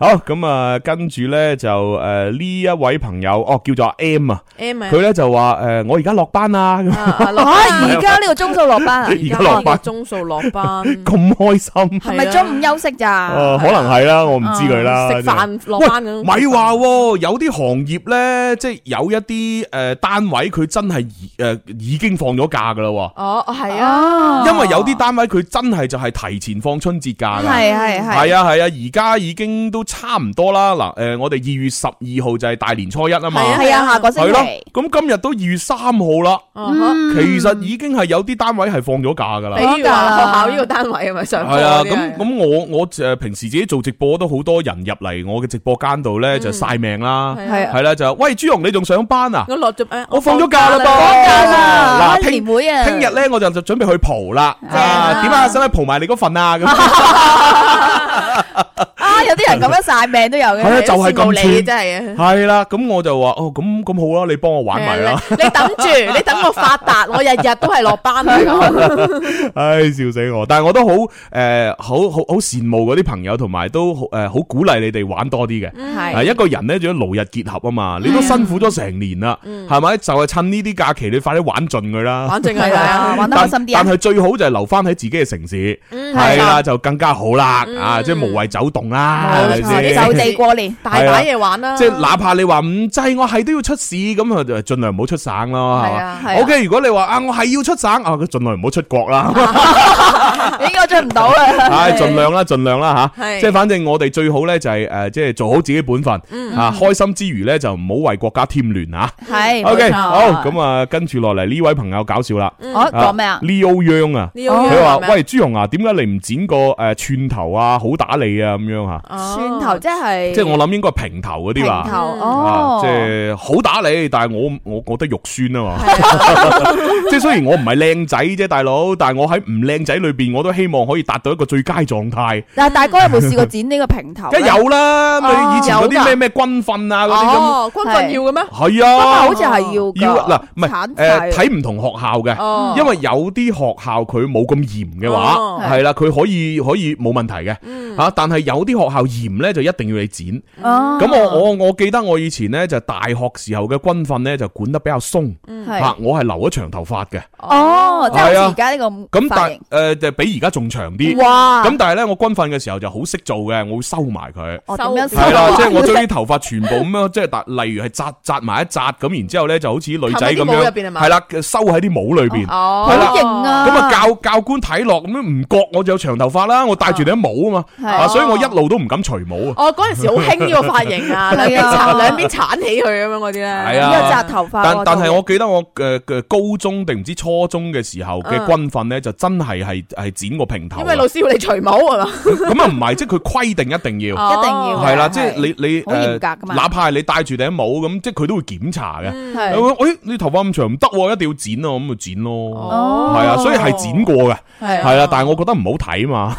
係啊好咁啊，跟住呢，就诶呢一位朋友哦，叫做阿 M 啊， M 啊佢呢就話诶我而家落班啦，咁啊啊落 (laughs) 啊，班而家呢個鐘數落 (laughs) 班啊，而家落班中數落班，咁開心，係咪係啊中午休息咋？哦可能係啦，我唔知佢啦。真食係飯落喂班咁，咪話喎，有啲行業咧，即係有一啲诶單位，佢真係诶已經放咗假噶啦喎，哦，係啊，啊因為有啲單位佢真係就係提前放春節假㗎。係係係係啊係啊，而家已經都差唔多啦。嗱，诶，我哋二月十二號就係大年初一啊嘛，係係啊，下個星係期嗯咯。咁今日都二月三號啦，啊哈其實已經係有啲單位係放咗假㗎啦比。如話學校呢個單位係咪上課係啊，嗰啲咁咁我我诶平時自己做直播都好多人入嚟我嘅直播間度咧就晒命啦，嗯係啊係啦就喂朱紅你仲上班啊？我落咗誒，我放咗假啦噃，放假啦嗱，開聽年會啊聽日咧我就就準備去蒲啦，正啊 (laughs) 啊，點啊，使唔使蒲埋你嗰份啊？咁啊，有啲人咁樣晒命都有嘅。係啊就係咁羨慕你串真係啊。系啦，咁我就話哦，咁咁好啦，你幫我玩埋啦，你你等 (laughs) 住，你等我發達，我日日都係落班 (laughs) 啊咁。唉，笑死我！但係我都好诶，好好好羨慕嗰啲朋友，同埋都诶好鼓勵你哋玩多啲嘅。嗯啊，係一個人咧仲要勞逸結合啊嘛，你都辛苦咗成年啦，係咪？就係趁呢啲假期，你快啲玩盡佢啦。反正係係啊，啦。嗯玩 (laughs) 得但開心啲啊嗯但！係最好就係留翻喺自己嘅城市，係啦，就更加好啦，啊，即係無謂走動啦，係冇咪錯，先就？地過年。大把嘢玩啦，啊即係哪怕你話唔制，我係都要出市，咁啊就盡量唔好出省咯，係係嘛啊係啊 O K，如果你話啊，我係要出省啊，佢盡量唔好出國 (laughs) 啦， (laughs) 應該追唔到啦。唉，盡量啦，盡量啦吓，係即係反正我哋最好咧就係诶，即係做好自己本分嗯啊，開心之餘咧就唔好為國家添亂啊。係 O K，冇錯好，咁啊，跟住落嚟呢位朋友搞笑啦，我講咩啊？ ？Leo Yang 啊，呢個哦佢話：嗯樣係咪喂，朱紅啊，點解你唔剪個誒寸頭啊，好打理啊咁樣嚇？哦蒜頭即係即係我諗應該係平頭嗰啲平吧。頭啊哦，即係好打理，但係我我我覺得肉酸啊嘛， (laughs) 即係雖然我唔係靚仔啫，大佬，但係我喺唔靚仔裏邊，我都希望可以達到一個最佳狀態。但係大哥有冇試過剪呢個平頭呢？梗係有啦，哦咪以前嗰啲有咩㗎咩軍訓啊嗰啲咁，哦，軍訓要嘅咩？係不過啊好，似係要㗎要嗱唔係鏟誒晒睇唔同學校嘅。哦，因為有啲學校佢冇咁嚴嘅哦話，係啦，佢可以可以冇問題嘅嗯嚇。但係有啲學校嚴呢，就一定要你剪。哦咁我我我記得我以前呢，就大學時候嘅軍訓呢，就管得比較鬆嚇嗯係，我係留咗長頭髮嘅。哦，即係好似而家呢個咁髮但型。誒就比而家仲長啲。哇！咁但係呢，我軍訓嘅時候就好識做嘅，我會收埋佢。我點樣哦收收係啦，啊即係我將啲頭髮全部咁樣，即係搭例如係紮紮埋一紮咁，然之後咧就好似女仔咁冚喺啲帽入樣，邊係嘛係啦，收喺啲帽裏邊。哦，係啦好型啊咁啊，教教官睇落咁樣唔覺我就有長頭髮啦，我戴住頂帽啊嘛，係啊，所以我一路都唔敢除帽啊。哦，嗰阵时好興呢個髮 (laughs) 型 (laughs) 啊，兩邊鏟兩邊鏟起佢咁樣嗰啲咧，係呢啊個紮頭髮但喎，但係就我記得我嘅嘅高中定唔知初中嘅時候嘅軍訓咧，就真係係係剪個平頭因啊。為老師要你除帽係嘛，咁啊唔係，即係佢規定一定要。一定要係啦，係即係你你好嚴格誒㗎嘛哪怕係你戴住頂帽咁，即係佢都會檢查嘅。係誒，喂你頭髮咁長唔得喎，一定要剪啊咯，咁咪剪咯。哦係啊，所以係剪過嘅，係係啦，但係我覺得唔好睇嘛。 (laughs)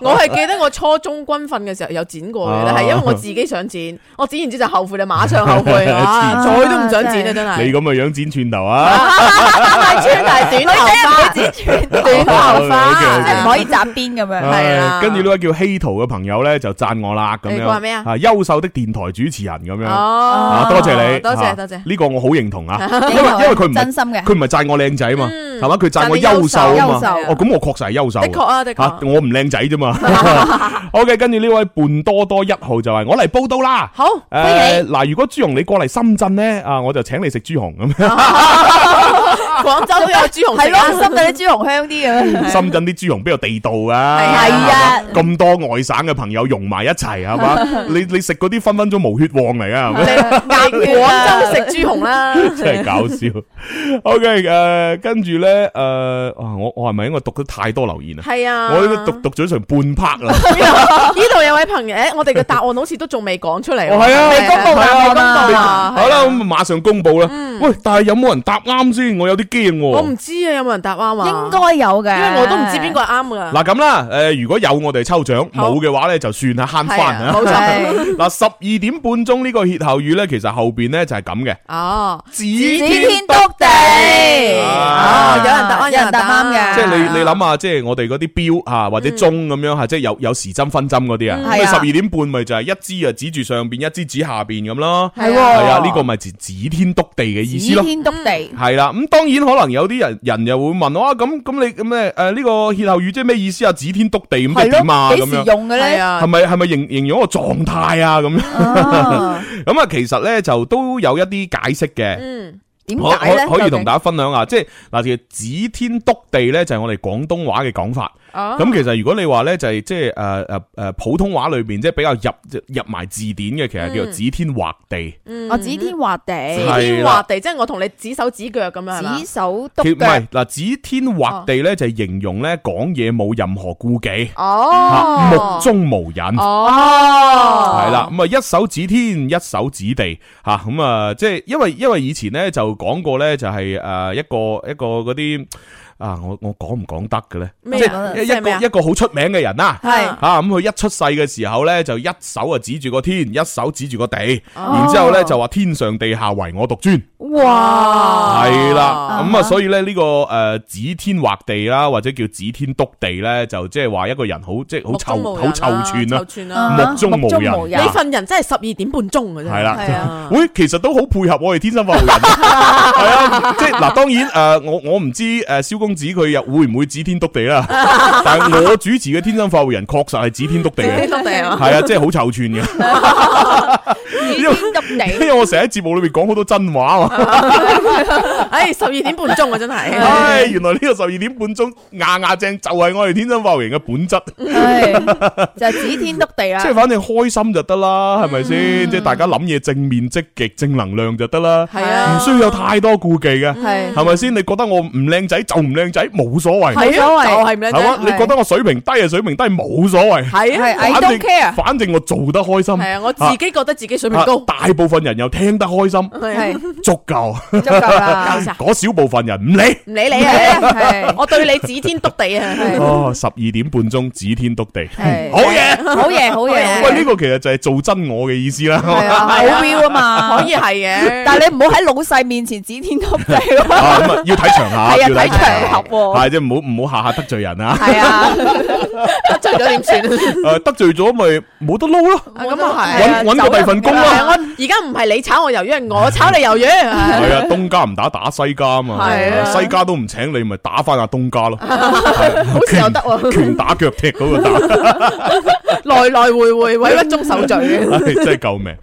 我係記得我初中軍訓嘅時候有剪過啊嘅，但係因為我自己想剪，我剪完之後就後悔啦，馬上後悔， (laughs) 啊再都唔想剪啦，真你係。咁嘅樣剪寸頭啊？係穿大短頭 (laughs) 髮，剪短頭哦即係唔髮，可以紮邊咁樣。係啊唉跟住呢位叫希圖嘅朋友咧就讚我啦，咁你樣話咩啊優秀的電台主持人咁樣。啊，哦多謝你，多啊謝多謝。呢個我好認同 (laughs) 啊，因因為因為佢唔真心係嘅，佢唔係讚我靚仔嘛，嗯係嘛？佢讚我讚你優優秀秀啊嘛優秀。哦，咁我確實係優秀的確嘅。啊，的確啊啊。我唔靚仔啫 (laughs) 嘛。OK，跟住呢位伴多多一號就係我嚟報道啦。好，誒，嗱，如果朱紅你過嚟深圳咧，啊，我就請你食豬紅咁。 (laughs) 廣州都有豬紅係食啊咯，深圳啲豬紅香啲 (laughs) 嘅咩。深圳啲豬紅邊有地道啊？係啊係嘛咁多外省嘅朋友融埋一齊，係嘛？你你食嗰啲分分鐘無血旺嚟啊，係咪？你廣州食豬紅啦， (laughs) 真係搞笑。OK，誒、跟住咧，誒、啊我我係咪應該讀得太多留言啊？係啊，我呢個讀讀咗成半 part 啦。呢度有位朋友，誒我哋嘅答案好似都仲未講出嚟喎，哦係啊未公布答案係啊，好啦，咁馬上公佈啦。喂，但係有冇人答啱先？我有啲驚我唔喎。知啊，有冇人答啱啊？應，該有嘅，因為我都唔知邊個係啱噶。嗱咁啦，誒、如果有我哋抽獎，啊好冇嘅話咧就算啦，慳翻係啊啊。冇錯。(laughs) 係嗱，十二點半鐘呢個歇後語咧，其實後邊咧就係咁嘅。哦，指指天篤地，啊哦，有人答啱，有人答啱嘅即係你你諗下，即係我哋嗰啲錶啊或者嗯鐘咁樣吓，即係有有時針分針嗰啲啊，咁係你啊十二點半咪就係一支啊指住上邊，一支指下邊咁咯。係喎係啊，呢個咪指指天篤地嘅意思咯指。天篤地，係啦，咁當然可能有啲人人又會問，哇咁咁你咁咧誒呢個歇後語即係咩意思啊？指天篤地咁即係係點啊？咁咯，幾時樣用嘅係咧？啊係，咪係咪形形容一個狀態啊？咁樣啊 (laughs) 咁啊，其實咧就都有一啲解釋嘅。嗯，點可解咧？可可以究同竟大家分享下，即係嗱，其實指天篤地咧就係我哋廣東話嘅講法。哦咁其實如果你話咧就係即係誒誒誒普通話裏邊即係比較入入埋字典嘅，其實嗯叫做指天畫地。哦，指天畫指地，係天啦畫地，嗯即係我同你指手指腳咁樣係嘛指手其篤唔腳係，嗱，指天畫地咧就係形容咧講嘢冇任何顧忌，嚇目哦，中無人。哦，係啦，咁啊一手指天，一手指地，吓咁啊，即係因為因為以前咧就講過咧，就係诶一個一個嗰啲啊，我我讲唔讲得嘅咧？咩啊一即一係咩啊个一个好出名嘅人啦。係啊，咁佢一出世嘅時候呢，就一手啊指住個天，一手指住個地，哦然之后咧就話天上地下唯我獨尊，哇，係啦，啊咁啊，所以咧呢個诶指天畫地啦，或者叫指天篤地呢，就即係話一個人好即係好目中臭無好人啊臭串啦臭，串啊啦。目中無人目中無人你份人真係十二點半鐘嘅啫，係啦係啊，喂，其實都好配合我哋天生發號人，係啊， (laughs) 即係嗱，當然诶，我我唔知诶萧公子佢又會唔會指天篤地 (laughs) 啦，但係我主持嘅天生發號人確實係指天篤地嘅。你落地啊，系啊，即系好臭 (laughs) 串嘅，因為 (laughs) 因地為我成日喺節目裏面講好多真話啊嘛。唉，十二點半鐘啊，真係。唉，原來呢個十二點半鐘牙牙正就係我哋天生發型嘅本質，就指天篤地啦即係。反正開心就得啦，係咪先？即係大家諗嘢正面、積極、正能量就得啦，係啊，唔需要有太多顧忌嘅，係係咪先？你覺得我唔靚仔就唔靚仔，冇所謂，係係所謂啊，就係唔靚係嘛？仔，你覺得我水平低係水平低，冇所謂，係係啊，I 反 don't 正 care，反正我做得開心，係啊，我自己覺得自己水平啊高，大部分人又聽得開 (laughs) 心，係啊係足夠。足夠啦，嗰少部分人唔理。唔理你啊，係我對你指天篤地啊，係哦，十二點半鐘指天篤地，係好嘢！好嘢好嘢，喂，呢個其實就係做真我嘅意思啦。係 (laughs) 啊，好 real 啊嘛，可以。係嘅，但係你唔好喺老細面前指天篤地啊喎，咁啊，要睇場合，係啊要睇場合喎係即係唔好唔好下下得罪人啊！係啊，得罪咗 (laughs) 點算？誒，得罪咗咪冇得撈咯，啊咁啊係啊搵。搵個第二份工係啊咯。我而家唔係你炒我魷魚，我炒你魷魚。係啊，東家唔打打西家啊嘛，係啊西家都唔請你，咪打翻下東 (laughs) 家咯，好似又得喎，拳打腳踢嗰個打。 (laughs) 來來回回委屈中受罪嘅。 (laughs) 唉哎真系救命！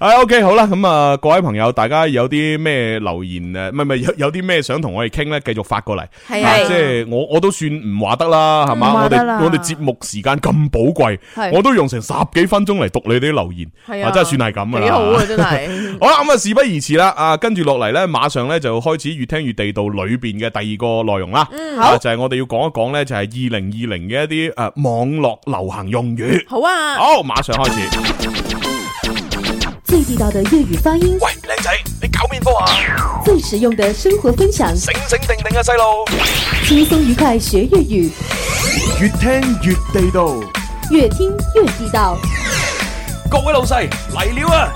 唉 o k 好啦，咁啊，各位朋友，大家有啲咩留言诶，誒唔系唔系，有有啲咩想同我哋倾咧，继续发过嚟。係啊啊即系我我都算唔话得啦，系唔嘛？話我得哋啦我哋节目时间咁宝贵係，我都用成十几分钟嚟读你啲留言，係啊真系算系咁噶啦。幾好啊，真係。 (laughs) 好啦，咁啊，事不宜遲啦，啊，跟住落嚟咧，馬上咧就開始越聽越地道裏边嘅第二個內容啦。嗯，好就係我哋要講一講咧，就係二零二零嘅一啲诶网络流行用語。好啊，好，馬上開始。最地道的粤语发音，喂，靓仔，你搞面科啊？最实用的生活分享，醒醒定定啊，细路！轻松愉快学粤语，越听越地道，越听越地道。各位老细嚟了啊！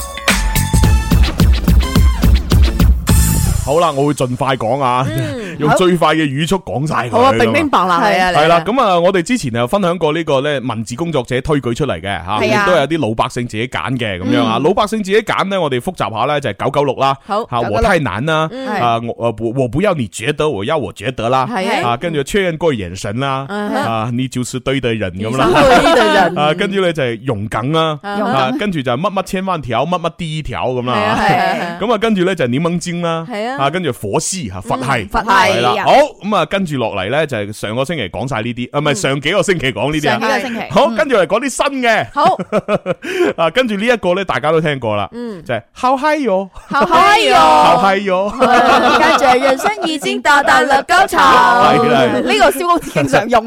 好啦，我會盡快講啊， (laughs) 用最快嘅語速講晒佢。嗯好啊，冰冰白啦，係啊你系啦，咁啊，我哋之前又分享過呢個咧文字工作者推舉出嚟嘅吓，係啊亦都有啲老百姓自己揀嘅咁樣啊。老百姓自己揀呢，我哋複習下咧就係九九六啦，嗯好吓996和太難啦，嗯係啊我啊我我不要你覺得，我要我覺得啦，係啊啊跟住確認過眼神啦，嗯哼啊你就是對的人咁醫生啦，都係呢對 (laughs) 人啊跟住咧就係容梗啦，嗯容啊跟住就係乜乜千萬條，乜乜第一條咁啦係啊啊。係啊係啊，咁啊，跟住咧就係檸檬精啦，係啊跟住火絲吓佛系，佛系係啦，啊好咁啊，跟住落嚟咧就係上個星期講晒呢啲，啊唔係上幾個星期講呢啲嗯上幾啊，個星期，嗯好，跟住嚟講啲新嘅，好， (laughs) 啊，跟住呢一個咧大家都聽過啦，嗯，就係 How high 哟好嗨，How 哟， high 哟，跟住人生已經到達樂高哦潮，係係呢個蕭公子經常用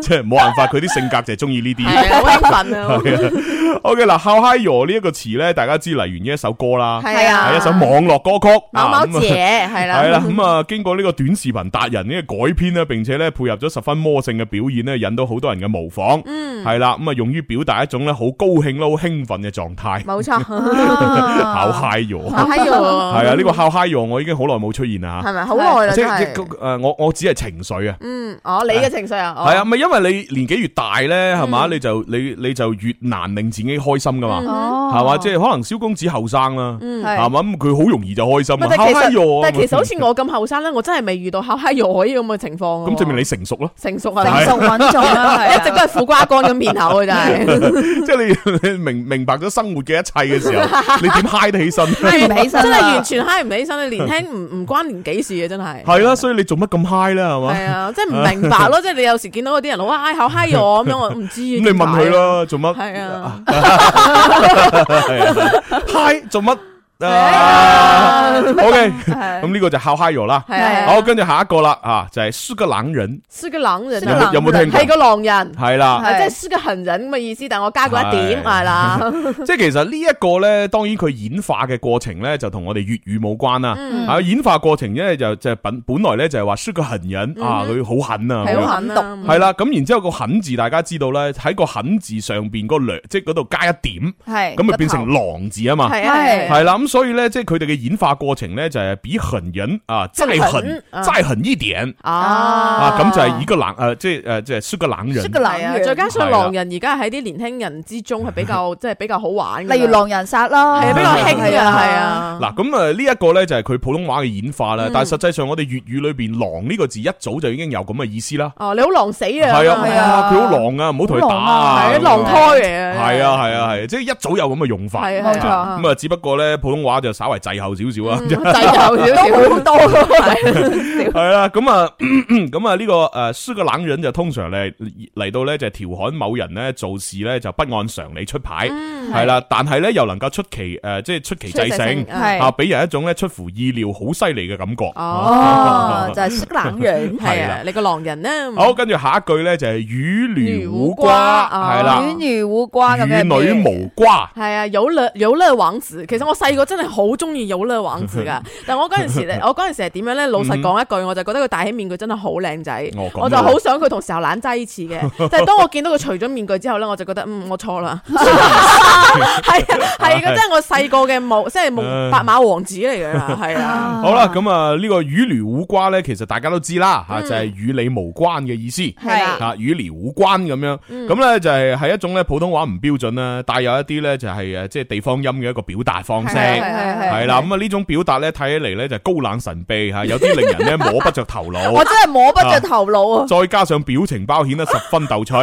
(laughs) 即係冇辦法，佢啲性格就係中意呢啲。係啊，好興 (laughs) 奮啊，係啊 OK 嗱，How high 哟呢一個詞咧，大家知嚟源於一首歌啦，係啊係一首網絡歌曲，某啊某姐係啦，系啦，咁啊，經過呢個短視頻達人呢個改編咧，並且咧配合咗十分魔性嘅表演咧，引到好多人嘅模仿。嗯，係啦，咁啊，用於表達一種咧好高興啦、好興奮嘅狀態。冇啊錯，考好 high 咗，嗨哟，係啊，呢個考 high 咗，我已經好耐冇出現啦。係咪好耐啦？即真係係，誒，我我只係情緒啊。嗯，哦，你嘅情緒啊，係啊，咪因為你年紀越大咧，係嘛，你就你你就越難令自己開心噶嘛，係嘛，即係可能蕭公子後生啦，係係嘛，咁佢好容易就開心唔係啊。但考係其 high 實，咗，但係其實 (laughs) 好似我咁後生咧，我真係未遇到考嗨哟呢咁嘅情況喎。咁證明你成 (laughs) 熟咯。成熟啊成係熟穩重啦，係啊一直都係苦瓜乾咁面口嘅真係。即系你 (laughs) 你明明白咗生活嘅一切嘅 (laughs) 時候，你點 (laughs) 嗨得起身？啊嗨唔起身真啦係完全嗨唔起身。你年輕唔唔關年紀事嘅，真係。係啦，所以你做乜咁嗨啦？係係嘛？啊，即係唔明 (laughs) 白咯。即係你有時見到嗰啲人好嗨口嗨啊我咁樣，我唔知。咁咁你問佢。啦，做乜？係啊， (laughs) 嗨做乜？啊啊做乜 OK，係咁呢個就孝嗨 i 啦。啊係啊，好，跟住下一個啦，啊，就係輸個冷人，是個冷有人是個冷啊，冇有冇聽係過？個狼人，係啦，係即係是個狠人咁嘅意思，但我加過一係點係啦， (laughs) 即係其實呢一個呢，當然佢演化嘅過程呢，就同我哋粵語冇關啦。嗯啊，演化過程呢，就就本本來呢，就係話輸個狠人啊，佢好狠啊，咁嗯係樣好狠毒啊，係啦。咁然之後個狠字，大家知道呢，喺個狠字上邊個兩，即係嗰度加一點，係咁咪變成狼字啊嘛。係啊係啊系啦，咁所以咧，即系佢哋嘅演化過程咧，就係比狠人啊，再狠狠啊再狠一點啊，啊咁就係以個冷诶，即係呃诶，即系個冷人識。個男係啊，人，再加係上啦狼人而家喺啲年輕人之中係 (laughs) 比較即係比較好玩㗎，例如狼人殺啦，係啊比較興嘅係係，啊，嗱，咁啊呢一個咧就係佢普通話嘅演化嗯啦，但係實際上我哋粵語裏边狼呢個字一早就已經有咁嘅意思啦。哦你好狼死啊，係啊，係啊哇佢好狼啊，唔好同佢打啊，係啊咁樣狼胎嚟啊，係啊係啊係啊，即係一早有咁嘅用法。係啊冇係啊咁啊，只不過咧普通話就稍為滯後少少 (laughs) 啊。仔有少少都好多系啦，咁啊， (clears throat) 咁啊呢個诶，輸個冷人就通常咧嚟到咧就係調侃某人咧做事咧就不按常理出牌，係啦，但係咧又能夠出奇诶，即係出奇制出奇制勝，勝係啊，俾人一種咧出乎意料好犀利嘅感覺。啊哦，(laughs) 就係識冷人，係 (laughs) 係啦啊，你個狼人咧，好，跟住下一句咧就係魚女無魚瓜，胡瓜啊係啦，軟如烏瓜咁樣，魚女無瓜，係啊，有樂有樂王子，其實我細個真係好中意有樂王子 (laughs) 噶，但我嗰陣時咧，我嗰陣時係點樣咧？老實講一句，我就覺得佢戴起面具真係好靚仔，嗯哦咁我就好想佢同石油蘭擠似嘅。 (laughs) 但係當我見到佢除咗面具之後咧，我就覺得嗯，我錯啦， (laughs) 係啊，係嘅，即係我細個嘅夢，即係夢白馬王子嚟㗎啦，係啊，好啦，咁啊呢個魚女無瓜咧，其實大家都知啦，啊吓就係與你無關嘅意思。係啦。啊，與聊無關咁樣，咁咧就係係一種咧普通話唔標準啦，帶有一啲咧就係誒即係地方音嘅一個表達方式，係係係係係啦，咁啊呢種表達咧睇起嚟咧就高冷神秘啊嚇，有啲令人咧摸不着頭 (laughs) 我腦。真係摸不着頭腦啊！再加上表情包顯得十分逗趣，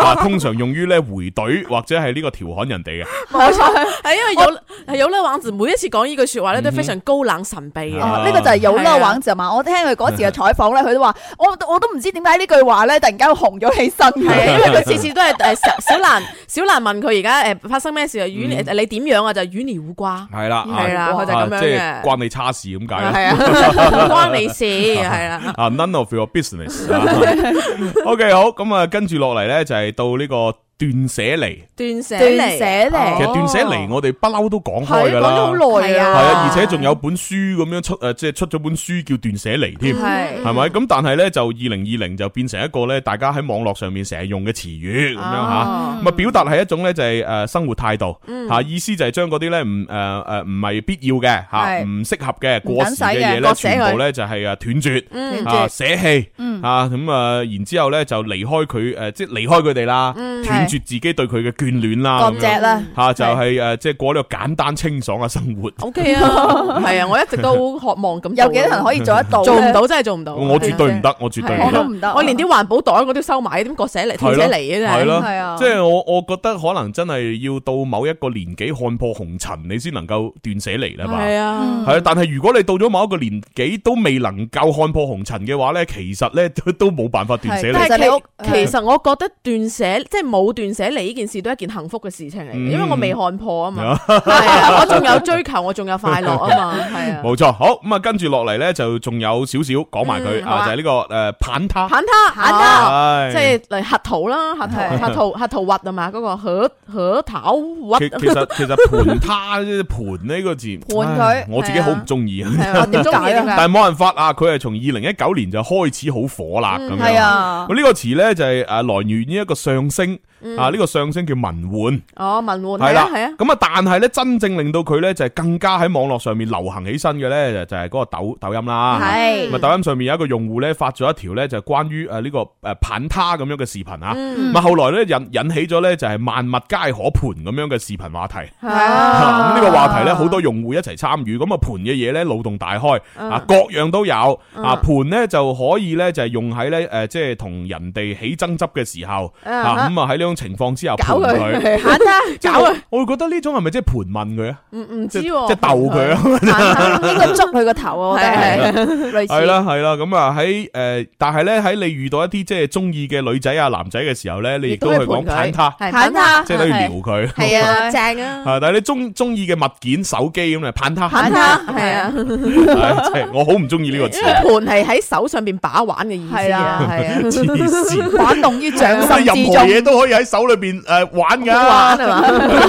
啊，通常用於咧回懟或者係呢個調侃人哋嘅，冇錯， (laughs) 係因為有係有樂王子每一次講呢句説話咧都非常高冷神秘嘅。嗯啊啊哦，呢個就係有啦玩就嘛。我聽佢嗰時嘅採訪咧，佢都話：我我都唔知點解呢句話咧，突然間紅咗起身。系啊，因為佢次次都係 (laughs) 诶小小蘭小蘭問佢而家诶發生咩事啊？與你你點樣啊？就與你無瓜，嗯係啦，係啦，啊佢就咁樣即嘅係，關你差事咁解啦。係啊， (laughs) 唔關你事，係啦，啊，none of your business 啊。OK，好，咁啊，跟住落嚟咧就係到呢個斷捨離。斷捨斷離捨離啊其實斷捨離我哋不嬲都講開㗎哦講啦，咗好耐係啊，啊，而且仲有本書咁樣出呃诶，即係出咗本書叫《斷捨離》添，係係咪？咁但係咧就二零二零就變成一個咧，大家喺網絡上面成日用嘅詞語咁樣吓。哦啊咁啊，表達係一種咧就係诶生活態度嗯吓，意思就係將嗰啲咧唔诶诶唔係必要嘅吓，係唔適合嘅唔過等時使嘅嘅嘢咧，割捨佢嗯全部咧就係诶斷絕。斷啊，絕嗯捨棄啊，咁啊，然之後咧就離開佢誒，即係離開佢哋啦，斷絕自己對佢嘅眷戀啦，嗯咁割樣隻啦，嗯吓就係誒，即係過呢個簡單清爽嘅生活。(laughs) O K 啊，係啊，我一直都好渴望咁，有幾多人可以以做得到呢？做唔到？真係做唔到，我絕對唔得，我絕對唔我都得。唔得。我連啲環保袋我都收埋，點割捨離斷係咯捨離啊係真係。咯係啊，即係我，我覺得可能真係要到某一個年紀看破紅塵，你先能夠斷捨離啦嘛。係啊，係啊，但係如果你到咗某一個年紀都未能夠看破紅塵嘅話咧，其實咧 (laughs) 都都冇辦法斷捨係離但。其實你係屋其其實我覺得斷捨即係冇斷捨離呢件事都係一件幸福嘅事情嚟嘅，因為我未看破啊嘛，係啊，我仲有追求，我仲有快樂啊嘛，係啊。冇錯，好咁啊，跟住落嚟咧就仲有少少講埋佢嗯好啊，啊就係呢個诶棒他，砍他，砍他，係即係嚟核桃啦，核桃，係核桃，核桃核啊嘛，嗰個核核桃核其其實其實盤他盤呢個字，盤佢唉我自己好唔中意啊。係 (laughs) 啊，唔中意點解？但系冇辦法啊，佢係從二零一九年就開始好火啦咁樣。係啊咁，呢個詞咧就係诶來源於一個相聲啊，呢個相聲叫文玩哦，文玩係係啦啊，係啊，，咁啊但係咧真正令到佢咧就係更加喺網絡上面流行起身嘅咧就就係嗰個抖抖音啦。係咁啊，抖音上面有一個用戶咧發咗一條咧就係關於呃誒呢個誒棒他咁樣嘅視頻啊，嗯咁啊後來咧引引起咗咧就係萬物皆可盤咁樣嘅視頻話題，啊咁呢個話題咧好多用戶一齊參與，咁啊盤嘅嘢咧腦洞大開嗯啊，各樣都有啊，盤呃咧就可以咧就係用喺咧誒即係同人哋起爭執嘅時候啊啊，咁啊喺呢個樣情況之下盤搞佢。佢，行即係啦，搞我啊！我會覺得呢種係咪即係盤問佢啊？唔唔知即即喎，係鬥 (laughs) 佢啊！應該捉佢個頭啊！我覺得係類係似。啦，係啦，咁啊喺诶，但係咧喺你遇到一啲即係中意嘅女仔啊、男仔嘅時候咧，你亦都去講盤坦他，佢，反他即係等於撩佢。係係啊 (laughs) 啊，，正啊，啊！但係你中中意嘅物件、手機咁嚟攀他，反反他他係啊，係 (laughs) 即係我好唔中意呢個因詞啊為， (laughs) 盤係喺手上邊把玩嘅意思係啊，啊，係啊， (laughs) 黐線。玩弄於掌咁心你任之何嘢 (laughs) 中。都可以喺手裏边诶玩噶，好玩係嘛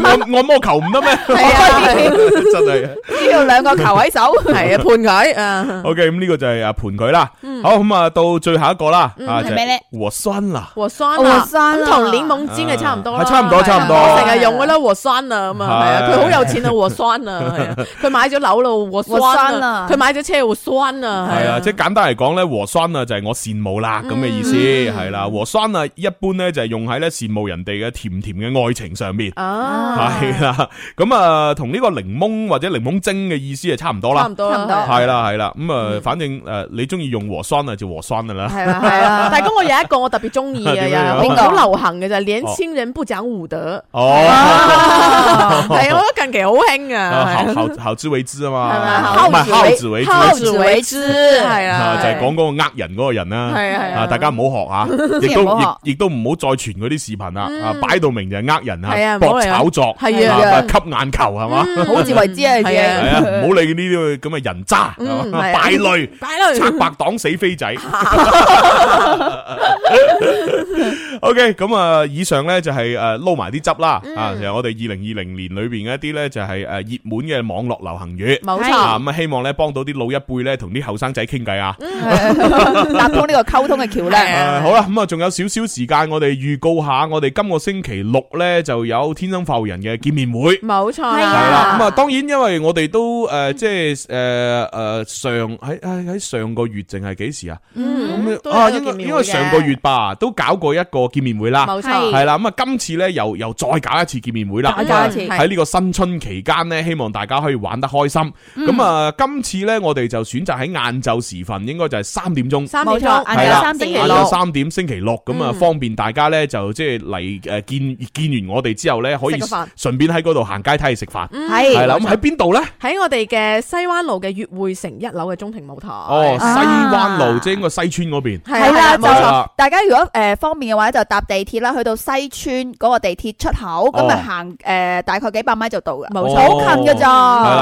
(laughs) 按按摩球唔得咩？啊係 (laughs) 真係。呢度兩個球喺手，係啊，盤佢啊， OK，咁呢個就係啊盤佢啦。好，咁啊到最後一個啦，啊就係咩咧係和酸 (laughs) 啦。和酸和啊，酸啊咁同檸檬煎係差唔多啦，係差唔多係啊差唔多我成日用噶啦，和酸啊咁啊，係啊，係佢好有錢啊，和酸啊， (laughs) 係啊，佢買咗樓咯，和和酸酸啊啊，佢買咗車和酸啊，係啊，即系简单嚟講咧，和酸啊就係我羨慕啦咁嘅意思，係啦。和酸啊一般咧就係用喺咧羨慕人哋嘅甜甜嘅愛情上面。啊，係啦，咁啊同呢個檸檬或者檸檬精嘅意思係差唔多差啦唔。多差啦唔多係啊係啦係啦，咁啊反正诶你中意用和酸啊就和酸噶啦。係啦，係啊，但係咁我有一個我特別中意 (laughs) 嘅，點樣又樣係邊好個流行嘅就係年輕人不講武德，哦， (laughs) 係啊，我覺得近期好興啊啊，好好好自為之啊係嘛，咪唔係好自為之，好啊自為之，係啊，就係講嗰個呃人嗰個人啦。係啊係啊！啊，大家唔好學啊，亦千祈唔好都學亦亦都唔好再傳嗰啲視頻啦，啊擺到明就係呃人係啊，啊唔好博嚟啊炒作，係啊吸眼球係嘛，好自為之 (laughs) 啊，自己係啊係啊，唔好理呢啲咁嘅人渣，係嗯嘛係啊敗類。擺啦，拆白黨死飛 (laughs) 仔。OK，咁啊，以上咧就係诶撈埋啲汁啦，啊，就係我哋二零二零年裏边嘅一啲咧就係诶熱門嘅網絡流行語。冇啊，錯，咁啊，希望咧幫到啲老一輩咧同啲後生仔傾偈啊！搭通呢個溝通嘅橋係梁。啊誒好啦，咁啊，仲有少少時間，我哋預告下，我哋今個星期六咧就有天生發育人嘅見面會。冇錯係系啦，啦咁啊，，當然因為我哋都诶，即係诶诶上喺喺喺上個月淨係幾時啊？嗯咁啊，應應該該應該上個月吧，都搞過一個見面會啦，冇錯，係啦，咁啊，今次咧又又再搞一次見面會啦，再咁啊搞一次喺呢個新春期間呢，希望大家可以玩得開心。咁啊，今次咧我哋就選擇喺晏晝時分，應該就係三點鐘。三冇點錯鐘，係啦晏晝三點晏期晝六。三點，星期六咁啊，嗯方便大家咧就即係嚟诶見見完我哋之後咧，可以食個飯順便喺嗰度行街睇食飯。係係啦，咁喺邊度咧？喺我哋嘅西灣路嘅月匯城一樓嘅中庭舞台，哦，西灣路啊即係應該西村嗰邊。係係啦，啦，就冇錯，錯大家如果誒方便嘅話，就搭地鐵啦，去到西村嗰個地鐵出口，咁咪行誒大概幾百米就到噶，冇錯好近噶哦係啦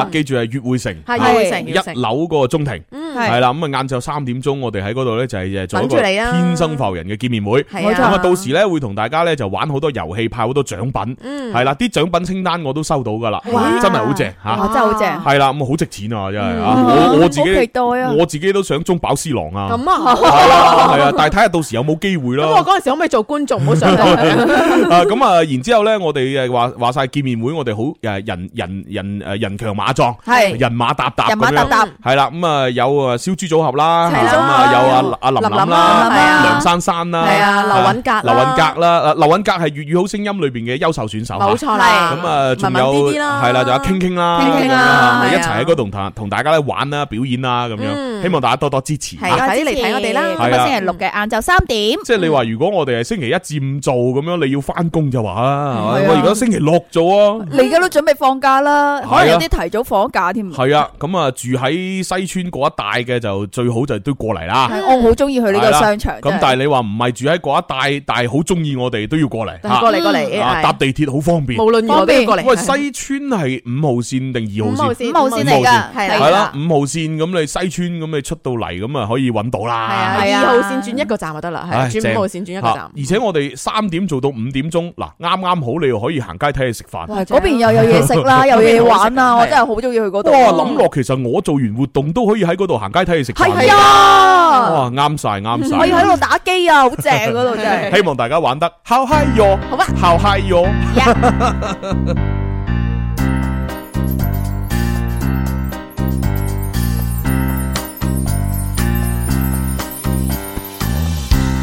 咋，，記住係悦匯城，係啊月匯城，月匯一城，樓嗰個中庭。嗯，係啦，咁啊晏晝三點鐘，我哋喺嗰度咧就係誒呃做一個等住你啊天生浮人嘅見面會。係咁冇啊，錯到時咧會同大家咧就玩好多遊戲，派好多獎品。嗯，係啦，啲獎品清單我都收到噶啦，哇真係好正吓。哇，真係好正，係啦，咁好值錢啊，真係啊！嗯我我自好期己待啊我自己都想中飽私囊啊！咁啊，係啦，係啊， (laughs) 但係睇下到時有冇機會咁我咯。嗰陣時可唔可以做觀眾，唔好上台？ (laughs) 啊，咁啊，然之後咧，我哋誒話話晒見面會，我哋好誒人人人誒人強馬壯，係人馬搭搭人馬咁搭樣。搭，系啦，咁啊有啊燒豬組合啦，係啦咁啊有啊阿林林林啦林啦，係啊梁珊珊啦，係啊劉允格啦劉允格啦，啊劉允格係粵語好聲音裏邊嘅優秀選手，冇。錯啦，咁啊，仲文文有啲係啲啦，啦，仲有傾傾啦，傾傾咁啦啊係啊一齊喺嗰度同同大家咧玩啦、表演啦咁樣，嗯希望大家多多支持。係啊快啲嚟睇我哋啦今個星期六嘅晏晝三點，即係你話如果我哋係星期一至五做咁樣，你要翻工就話啦，係啊我而家星期六做啊，你而家都準備放假啦，啊可能有啲提早放假添。係係啊，咁啊住喺西村嗰一帶嘅就最好就都過嚟啦。我好中意啊去呢個商場，咁但係你話唔係住喺嗰一帶，但係好中意我哋都要過嚟過嚇嚟過嚟，啊搭係地鐵好方便。無論如何都要過嚟。喂，西村係五號線定二五號號線？線，五號線嚟㗎，係係係啦啦，，五號線咁你西村咁你出到嚟咁啊可以揾到啦。係係啊啊，二號線轉一個站就得啦，唉係轉五號線轉一個嚇站。而且我哋三點做到五點鐘，嗱啱啱好你又可以行街睇嘢食飯。哇嗰邊又有嘢食 (laughs) 啦，又有嘢玩啦，我真係好中意去嗰度。啊哇！諗落其實我做完活動都可以喺嗰度行街睇嘢食飯係喎。啊，哇！啱晒啱我要晒。喺度打機啊，好正嗰度 (laughs) 真係。希望大家玩得 how high 哟，好啊 how high 哟。 (laughs)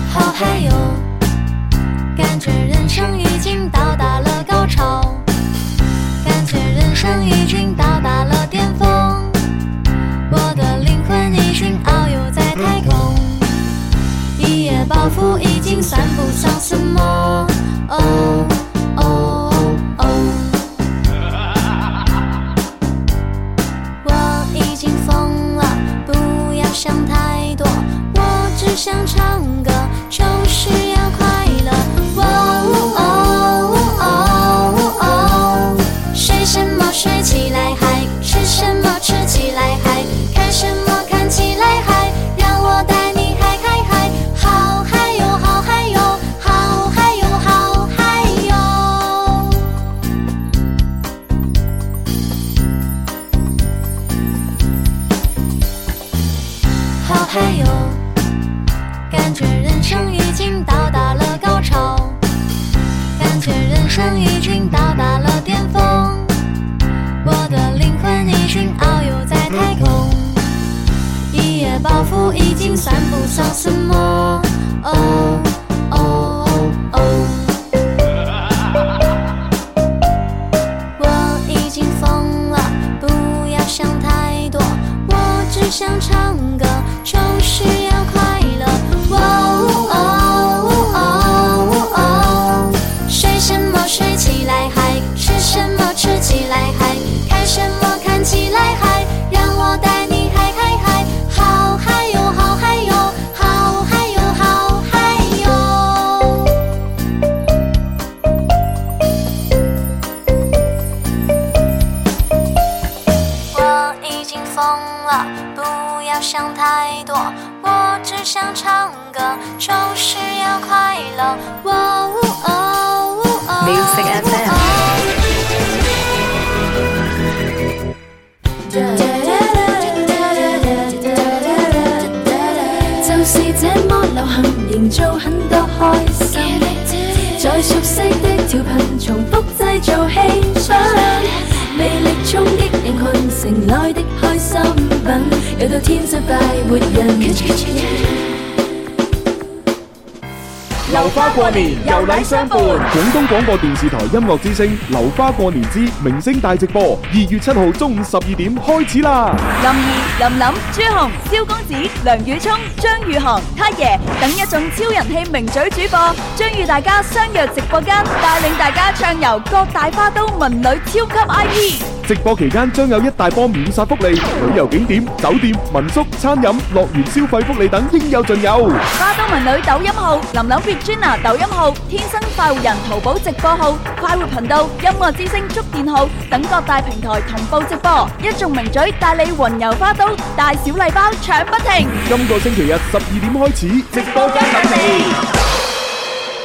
好嗨哟，感觉人生已经到达了高潮，感觉人生已经到达了巅峰，我的灵魂已经遨游在太空，一夜暴富已经算不上什么。哦哦想太多，我只想唱歌，就是要快乐。哇哦哦哦哦哦，睡什么睡起来嗨，吃什么吃起来嗨，看什么看起来嗨，让我带你嗨嗨嗨，好嗨哟好嗨哟好嗨哟好嗨哟。好嗨哟！感觉人生已经到达了高潮，感觉人生已经到达了巅峰，我的灵魂已经遨游在太空，一夜暴富已经算不上什么。哦哦哦！我已经疯了，不要想太多，我只想唱歌，就是要快乐。哇哦哦哦哦哦！睡什么睡起来嗨，吃什么吃起来嗨，看什么看起来嗨，让我带你嗨嗨嗨，好嗨哟好嗨哟好嗨哟好嗨哟！我已经疯了，不要想太多，我只想唱歌，就是要快乐。哇哦哦哦哦 Music 啊 FM 就是這麼流行，營造很多開心。在熟悉的調頻，重複製造氣氛，魅力衝擊人群，城內的開心品，有到天生快活人。流花過年，遊覽相伴。廣東廣播電視台音樂之聲《流花過年之明星大直播》，二月七號中午十二點開始啦！林怡、林琳、朱紅、蕭公子、梁宇聰、張宇航、他爺等一眾超人氣名嘴主播，將與大家相約直播間，帶領大家暢遊各大花都文旅超級 I P。直播期間將有一大波秒殺福利，旅遊景點、酒店、民宿、餐飲、樂園消費福利等應有盡有。花都文女抖音號、林琳 Virginia 抖音號、天生快活人淘寶直播號、快活頻道、音樂之聲觸電號等各大平台同步直播，一眾名嘴帶你雲遊花都，大小禮包搶不停。今個星期日十二點開始，直播間等你。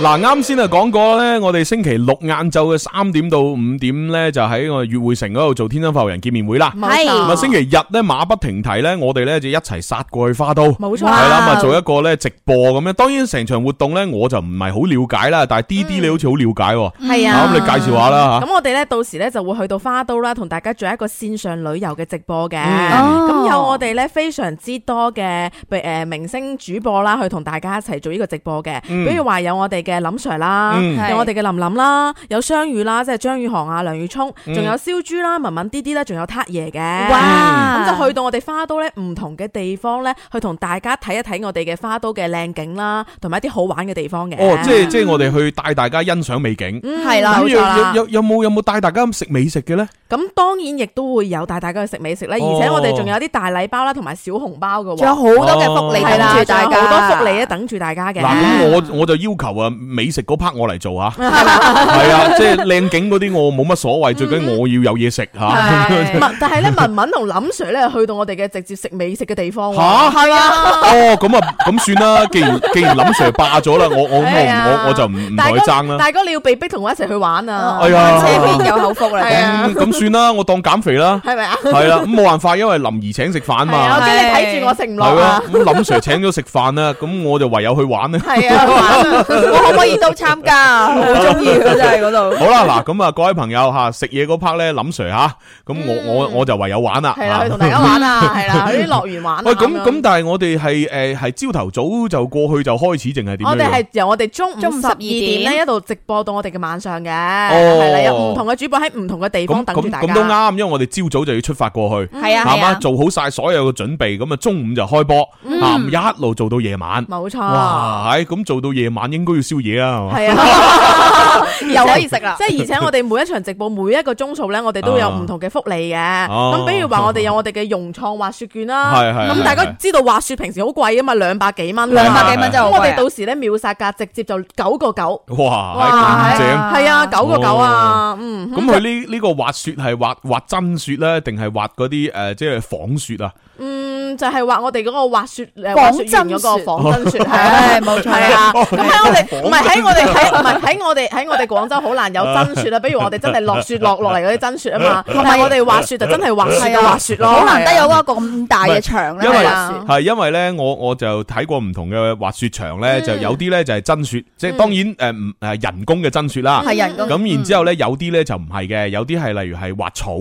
嗱，啱先啊講過咧，我哋星期六晏晝嘅三點到五點咧，就喺我哋粵匯城嗰度做天生發人見面會啦。冇咁啊，錯星期日咧馬不停蹄咧，我哋咧就一齊殺過去花都。冇錯系啦，咁啊哇做一個咧直播咁樣。當然成場活動咧，我就唔係好了解啦，但係 D D 你好似好了解喎。系啊，啊咁。你介紹下啦咁我哋咧到時咧就會去到花都啦，同大家做一個線上旅遊嘅直播嘅。嗯咁、有我哋咧非常之多嘅，譬如誒明星主播啦，去同大家一齊做呢個直播嘅。嗯比如話有我哋嘅林 Sir 啦，嗯有我哋嘅林林啦，有雙宇啦，即係張宇航啊、梁宇聰，嗯仲有燒豬啦、文文啲啲咧，仲有挞爺嘅。哇咁就去到我哋花都咧唔同嘅地方咧，去同大家睇一睇我哋嘅花都嘅靚景啦，同埋一啲好玩嘅地方嘅。哦，即係即係我哋去帶大家欣賞美景。係啦咁冇錯有啦有有有冇有冇帶大家食美食嘅咧？咁當然亦都會有帶大家去食美食啦，而哦且我哋仲有啲大禮包啦，同埋小紅包嘅仲有喎，好多嘅福利仲等住係啦，仲大有家，好多福利咧等住大家嘅。嗱，咁我我就要求啊，美食嗰 part 我嚟做 (laughs) 吓，係嘛係啊，即係靚景嗰啲我冇乜所謂，最緊要我要有嘢食吓。係。文嗯但係咧，文文同林 Sir 咧去到我哋嘅直接食美食嘅地方嚇喎，係啊。哦，咁啊，咁算啦。既 (laughs) 然既然林 Sir 霸咗啦，我我係啊我我我就唔唔大同哥佢爭啦。大哥你要被逼同我一齊去玩啊哎，呀，車邊有口福啦，係啊咁嗯咁算啦，我當減肥 (laughs) 啦。係咪啊？係啦，咁冇辦法，因為林怡請食飯係啊，我嘛。驚你睇住我食唔係落啊啊，。咁林 Sir 請咗食飯啦，咁我就唯有去玩 (laughs) 啦。係啊， (laughs) 我可唔可以都參加啊？好中意佢 (laughs) 真係嗰度。好啦，嗱，咁啊，各位朋友吓，食嘢嗰 part 咧，林 Sir 吓，咁我我我就唯有玩啦。嗯係啦，嚇去同大家 (laughs) 玩啊，係啦，去啲樂園玩啊。喂，咁樣咁，但係我哋係诶系朝頭早就過去就開始，淨係點樣樣？我哋係由我哋中午中午十二點咧點一路直播到我哋嘅晚上嘅，係啦，有唔同嘅主播喺唔同嘅地哦咁方等住咁大家。嗯咁都啱，因啊為我哋朝早就要出發過去。係啊，係係嘛，啊。做好晒所有嘅準備，咁啊中午就開波，啊一路做到夜晚，嗯冇錯。哇，係咁做到夜晚應該要燒嘢啊，係嘛？系 (laughs) 啊，又可以食啦。即係而且我哋每一場直播每一個鐘數咧，我哋都有唔同嘅福利嘅。啊哦咁比如話我哋有我哋嘅融創滑雪券啦，係係係咁大家知道滑雪平時好貴啊嘛，兩百幾蚊，兩百幾蚊真係咁好貴啊我哋到時咧秒殺價直接就九個九，哇，咁正！哦係啊，九個九啊，嗯，咁佢呢呢個滑雪係滑滑真雪咧，定係滑嗰啲诶即係仿雪啊？嗯，就係話我哋嗰個滑雪仿誒滑雪園嗰個仿真雪， (laughs) 唉冇錯係啊。咁喺我哋唔係喺我哋喺唔係喺我哋喺我哋廣州好難有真 (laughs) 雪啦，啊比如我哋真係落雪落落嚟嗰啲真雪啊嘛，同埋我哋滑雪就真係滑雪嘅滑雪咯，好難啊得有嗰個咁大嘅場咧，啊因為係啊係因為咧，我我就睇過唔同嘅滑雪場嗯咧，就有啲咧就係真雪，即係當然诶唔诶人工嘅真雪啦。係人工嗯咁然之後咧，有啲咧就唔係嘅，有啲係例如係滑草，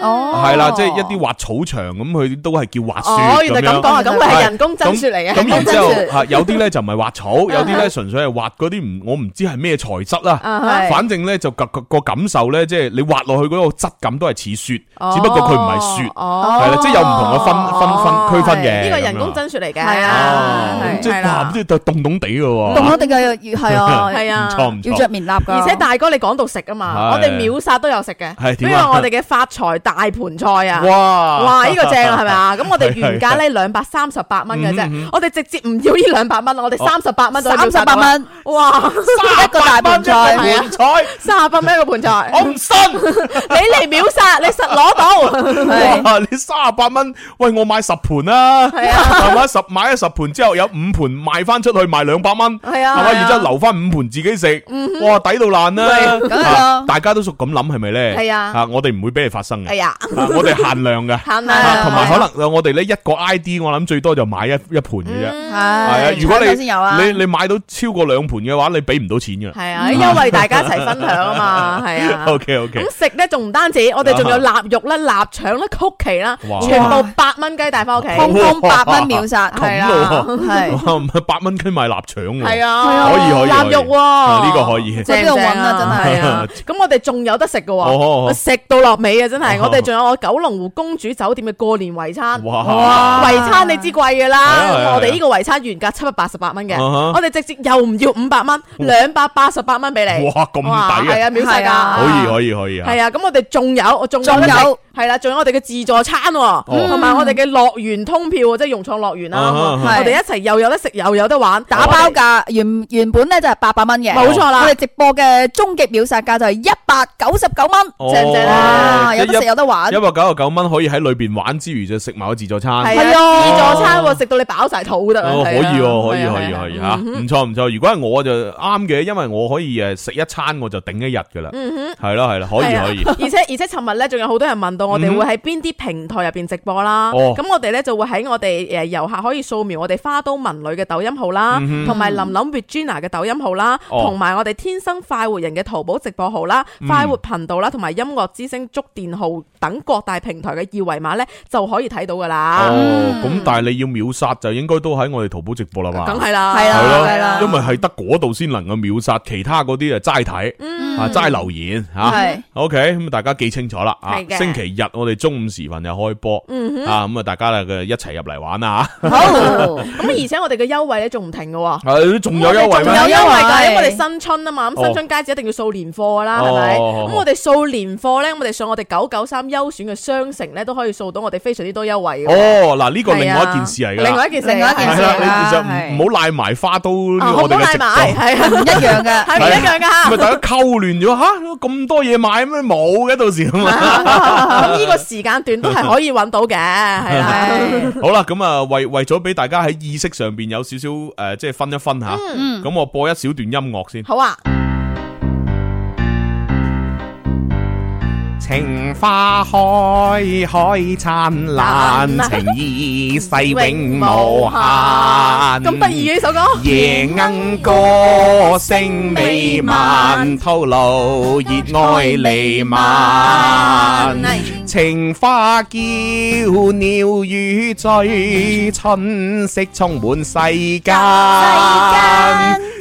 哦，係啦，即係一啲滑草場咁，佢都係叫滑哦，雪咁原來咁樣講。啊，咁佢係人工真雪嚟嘅。咁然之真後雪嚇有啲咧就唔係滑 (laughs) 草，有啲咧純粹係滑嗰啲唔我唔知係咩材質啦。啊反正咧就個個個感受咧，即係你滑落去嗰個質感都係似雪，哈只不過佢唔係雪，哦，係啦，即係有唔同嘅分分分區分嘅。呢個人咁工樣真雪嚟嘅，係啊哦，係咁即係係啦哇，咁即係就凍凍地嘅喎。凍一定要係 (laughs) 啊，係哦唔啊，錯唔要錯着。 (laughs) 棉衲噶，而且大哥你講到食啊嘛，係我哋秒殺都有食嘅係，比點啊如話我哋嘅發財大盤菜啊。哇哇！呢個正啊，係 (laughs) 咪啊？咁我哋係原價咧兩百三十八蚊嘅嗯哦啫，我哋直接唔要呢兩百蚊啦，我哋三十八蚊就可以秒三十殺到八啦。蚊哇！一個大盤菜，盤菜，三十八蚊一個盤菜，我唔信。 (laughs) 你嚟秒殺，你實攞到。係哇！你三十八蚊，喂，我買十盤啦，係啊係咪？十買咗十盤之後，有五盤賣翻出去賣兩百蚊，係啊係係咪？啊然之後留翻五盤自己食，哇！抵到爛啦，梗係啊啦大家都屬咁諗係咪咧？係啊啊，我哋唔會俾你發生哎嘅，呀，啊我哋限量嘅，慳啊啦，同埋可能呃我哋呢一個 ID，我諗最多就買一一盤嘅啫。係係啊，如果搶到先有啊你，你你買到超過兩盤嘅話，你俾唔到錢嘅。係啊，優惠大家一齊分享啊嘛，(laughs) 係啊。 O K O K，咁食咧仲唔單止，我哋仲有臘肉啦、臘腸啦、曲奇啦啊哇，全部八蚊雞帶翻屋企。通通八蚊秒啊 (laughs) 殺，咁係咯 (laughs) 啦，喎係啊哇唔係八蚊雞買臘腸喎。係啊，可以可以臘肉喎，可以呢個可以正喺邊度揾啊係啊，咁我哋仲有得食嘅哦哦喎，食到落尾啊，真係。哦我哋仲有我九龍湖公主酒店嘅過年圍餐。哇！圍餐你知貴嘅係啊係啊係啊啦，我哋呢個圍餐原價七百八十八蚊嘅，啊哈我哋直接又唔要五百蚊，兩百八十八蚊俾你。 (laughs) 哇咁抵啊係啊，秒殺係價啊。可以可以可以啊！系啊，咁我哋仲有，我仲仲有系啦，仲有我哋嘅自助餐喎，同埋我哋嘅樂園通票，即係融創樂園啦，哦啊哈我哋一齊又有得食又有得玩，打包價原原本咧就係八百蚊嘅，冇錯啦我哋直播嘅終極秒殺價就係一百九十九哦蚊，正唔正哦啊？即係有得食一有得玩一，百九十九蚊可以喺裏边玩之餘，就食埋個自助餐。係係啊啊，自助餐喎，食到你飽晒肚得啦，哦，可以係啊喎，可以係啊可以係啊可以吓，唔錯唔錯。如果係我就啱嘅，因為我可以诶呃食一餐我就頂一日噶啦。係啦係啦，可以嗯係啊可以。 (laughs) 嗯而且而且，尋日咧仲有好多人問到我哋會喺邊啲平台入邊直播啦。哦咁我哋咧就會喺我哋誒遊客可以掃描我哋花都文旅嘅抖音號啦，同埋林林 v i g i n a 嘅抖音號啦，嗯哦嗯同埋我哋天生快活人嘅淘寶直播號啦、快活頻道啦，同埋音樂之聲觸電號等各大平台嘅二維碼咧就可以睇到噶啊啦。嗯哦，咁但係你要秒殺就應該都喺我哋淘寶直播啦嘛。梗係啦，係啦係係啦咯，因為係得嗰度先能夠秒殺，其他嗰啲啊齋嗯睇啊齋留言吓。係 O K，咁大家記清楚啦啊！係嘅嗯星期日我哋中午時分就開波，啊咁啊大家咧一齊入嚟玩啊！好。咁而且我哋嘅優惠咧仲唔停嘅喎。 (laughs) 係仲有優惠咩仲？有優惠㗎，係因為我哋新春啊嘛，咁新春街市一定要掃年貨㗎啦，係咪？哦咁我哋掃年貨咧，咁我哋上我哋九九三優選嘅商城咧，都可以掃到我哋非常之多優惠嘅。啊哦，嗱呢個另外一件事嚟㗎啦，另外一件事，另外一件係事 (laughs) 啦，嚟你啦其實唔唔好賴埋花都啊，好唔我好哋嘅賴直埋，播。係啊唔一樣嘅，係唔一咪樣㗎。大家溝亂咗吓，咁多嘢買咩冇嘅到時咁啊！ (laughs) 咁呢個時間段都係可以揾到嘅，係啦。 (laughs) 係好啦，咁啊為為咗俾大家喺意識上邊有少少誒，即係分一分吓，咁我播一小段音樂先。嗯好啊，情花開開 (laughs) 燦爛情意世啊 (laughs) 永無啊限。咁得意嘅呢首歌，夜莺歌聲美漫，透露熱愛瀰漫。情花嬌鳥語醉，春色充滿世間。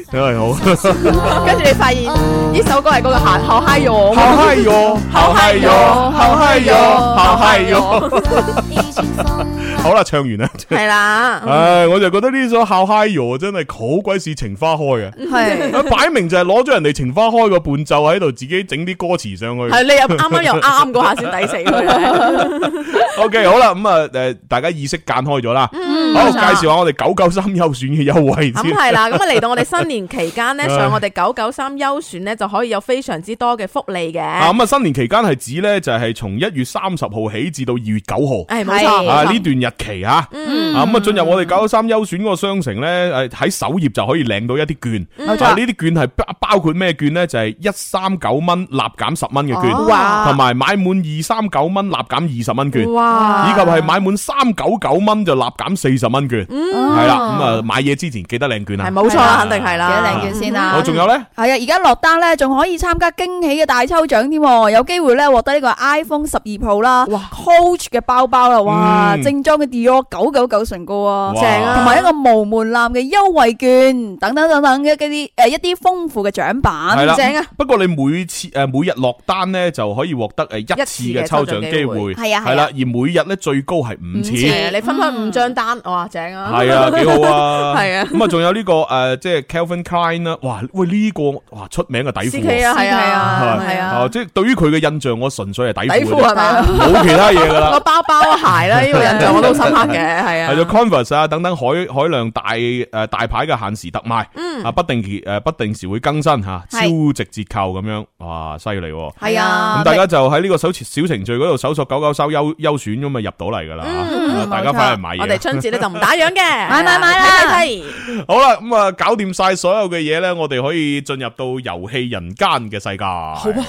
真係好，跟住你發現呢首歌係嗰個行後嗨哟，好嗨哟，好嗨哟，好嗨哟，好嗨哟。已經瘋好啦，唱完啦。系啦， (laughs) 唉，我就覺得呢首《How High You》真係好鬼似情花開嘅，系佢擺明就係攞咗人哋情花開個伴奏喺度，自己整啲歌詞上去。系你又啱啊啱又 (laughs) 啱嗰下先抵死佢， O、k 好啦，咁啊，诶，大家意識間開咗啦。好，介紹下我哋九九三優選嘅優惠嗯咁先。係啦，咁啊嚟到我哋新年 (laughs) 期間呢，上我哋九九三優選呢，就可以有非常之多嘅福利嘅。嗯啊，咁啊，新年期間係指咧就係從一月三十號起至到二月九號。诶，冇嗯錯，係啊！冇錯呢段日期吓，啊咁啊進入我哋九九三優選嗰個商城咧，诶喺首頁就可以領到一啲券。嗯冇錯啊呢啲券係包包括咩券咧？就係一三九蚊立減十蚊嘅券，哇同埋買滿二三九蚊立減二十蚊券，以哇，及係買滿三九九蚊就立減四十蚊券。係啦，咁啊買嘢之前記得領券係啊。嗯冇錯啦，肯定係几啦靓。件先啦我。仲有咧。系啊，而家落單咧，仲可以參加驚喜嘅大抽獎添喎，有機會咧獲得呢個 iPhone 十二 Pro 啦，Coach 嘅包包啦，哇，嗯正宗嘅 Dior 九九九唇膏啊，哇正啊同埋一個無門檻嘅優惠券，等等等等嘅一啲诶一啲豐富嘅獎係品，啦正啊！不過你每次诶每日落單咧就可以獲得呃诶一次嘅抽獎機會，次嘅一抽獎機會係啊係啊係啦，而每日咧最高係五次，係啊你分分五張單，哇，正啊！嗯係 (laughs) 啊，幾好啊， (laughs) 係啊咁啊仲有呢個诶即係 Calvin Klein 啦，哇喂呢個哇出名嘅底 C 褲 K 喎，啊，係啊，係係啊，啊，即係對於佢嘅印象，我純粹係底底褲褲嘅啫，係咪啊？冇其他嘢噶 (laughs) (laughs) 個啦。包包啊鞋 (laughs) 啦，呢個印象我都好深刻嘅，係啊。係咗 Converse 啊，等等海海量大诶大牌嘅限時特賣，嗯啊不定期诶不定時會更新吓，超係值折扣咁樣，哇犀利喎！係啊咁，大家就喺呢個手小程序嗰度搜索九九收優優選咁啊入到嚟噶啦，啊大家翻去買嗯我哋嘢。春節咧就唔打烊嘅，買買買買啦 (laughs) 好啦，咁啊搞掂晒所有嘅嘢咧，我哋可以進入到遊戲人間嘅世界。好啊！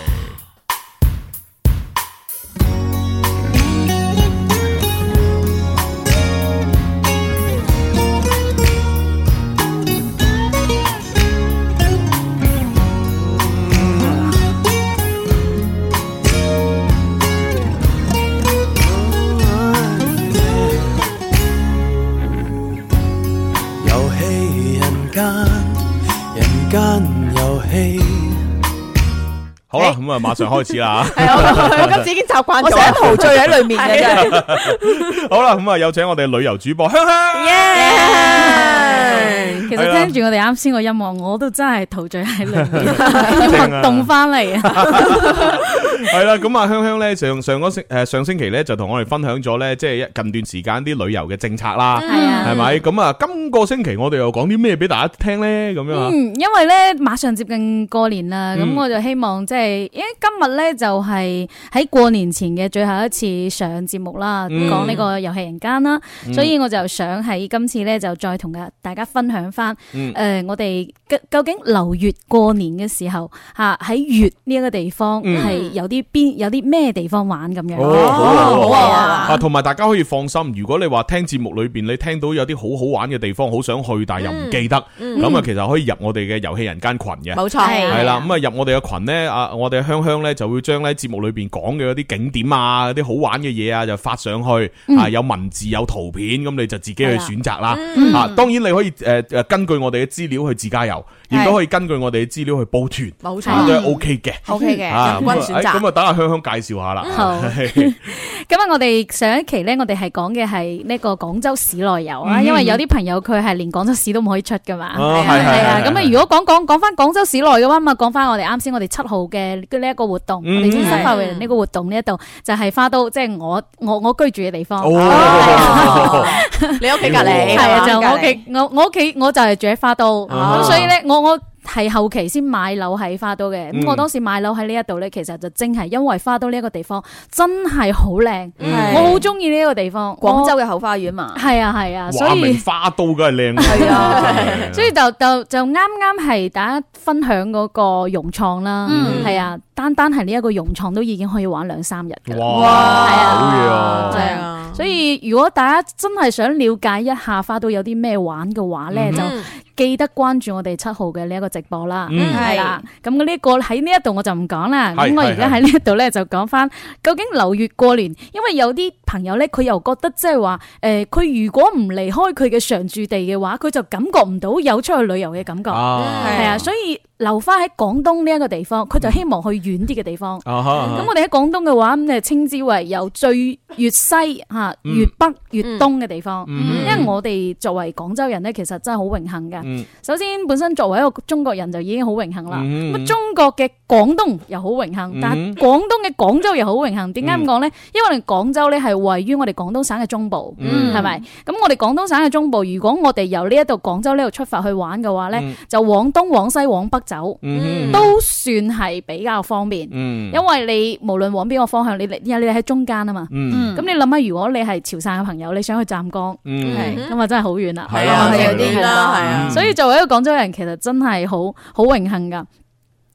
遊戲人間，人間遊戲。好啦，咁啊馬上開始啦吓。 (laughs) 係啊我我今次已經習慣我成日咗。啊陶醉喺裏面嘅啊真 (laughs) 係，好啦，咁啊有請我哋旅遊主播香香。耶！其係啦實聽住我哋啱先個音樂，我都真係陶醉喺裏 (laughs) 面，正啊要動翻嚟啊！係啦，咁啊香香咧上上嗰星诶上星期咧就同我哋分享咗咧，即係近段時間啲旅遊嘅政策啦，係啊係。咪？咁啊今個星期我哋又講啲咩俾大家聽咧？咁樣啊。嗯，因為咧馬上接近過年啦，咁、嗯我就希望即係，因為今日咧就係喺過年前嘅最後一次上節目啦，嗯講呢個遊戲人間啦，嗯所以我就想喺今次咧就再同大家分享翻，誒、嗯我哋嘅究竟流月過年嘅時候嚇喺粵呢一個地方嗯係有啲邊有啲咩地方玩咁樣。哦，好啊，好好啊啊！啊，同埋大家可以放心，如果你話聽節目裏邊你聽到有啲好好玩嘅地方，好想去但係又唔記得，咁啊其實可以入我哋嘅遊戲人間群嘅。冇錯，係係啦，咁啊入我哋嘅群呢，啊我哋香香呢就會將呢節目裏邊講嘅嗰啲景點啊、啲好玩嘅嘢啊，就發上去嗯啊，有文字有圖片，咁你就自己去係啦選擇啦。啊，當然你可以誒誒根據我哋嘅資料去自駕遊，亦都可以根據我哋嘅資料去報團，冇錯啊都係 OK 嘅。 OK 嘅啊，咁任啊君選哎擇咁啊等下香香介紹下啦。好 (laughs) 咁啊，我哋上一期咧，我哋係講嘅係呢個廣州市內遊啊，因為有啲朋友佢係連廣州市都唔可以出噶嘛，嗯哦係係係啊。係係咁啊，如果講講講翻廣州市內嘅話，咁啊講翻我哋啱先我哋七號嘅呢一個活動，嗯我哋天生發圍人呢個活動呢一度就係花都，即係我我我居住嘅地方。哦。你屋企隔離係啊，啱就隔離我屋企，我我屋企我就係住喺花都，哦咁所以咧，我我係後期先買樓喺花都嘅。嗯咁我當時買樓喺呢一度咧，其實就正係因為花都呢一個地方真係好靚，我好中意呢一個地方。廣州嘅後花園嘛，係啊係啊，所話明以花都梗係靚啦，係啊真係 (laughs) 所以就就就啱啱係大家分享嗰個融創啦，係啊，單單係呢一個融創都已經可以玩兩三日啊㗎啦。哇，哇好嘢正啊！啊！所以如果大家真係想了解一下花都有啲咩玩嘅話咧，就嗯記得關注我哋七號嘅呢一個直播啦，嗯係啦。咁呢一個喺呢一度我就唔講啦。係咁我而家係喺呢一度咧就講翻，究竟流月過年，因為有啲朋友咧佢又覺得即係話，誒、佢如果唔離開佢嘅常住地嘅話，佢就感覺唔到有出去旅遊嘅感覺，係啊，啊。所以留翻喺廣東呢一個地方，佢就希望去遠啲嘅地方。啊哈啊哈咁我哋喺廣東嘅話，咁就稱之為由最越西嚇、嗯越北、越東嘅地方。嗯因為我哋作為廣州人呢，其實真係好榮幸嘅。嗯首先本身作為一個中國人就已經好榮幸啦。嗯咁、中國嘅廣東又好榮幸，但係廣東嘅廣州又好榮幸。點解咁講嗯呢？因為我哋廣州呢係位於我哋廣東省嘅中部，嗯係咪、咁我哋廣東省嘅中部，如果我哋由呢一度廣州呢度出發去玩嘅話呢，嗯就往東、往西、往北走，嗯都算係比較方便。嗯因為你無論往邊個方向，你你你喺中間啊嘛。咁、嗯你諗下，如果你係潮汕嘅朋友，你想去湛江，嗯係咁啊真係好遠啦。係啊係啊有啲遠啦係啊所以作為一個廣州人，其實真係好好榮幸㗎。嗯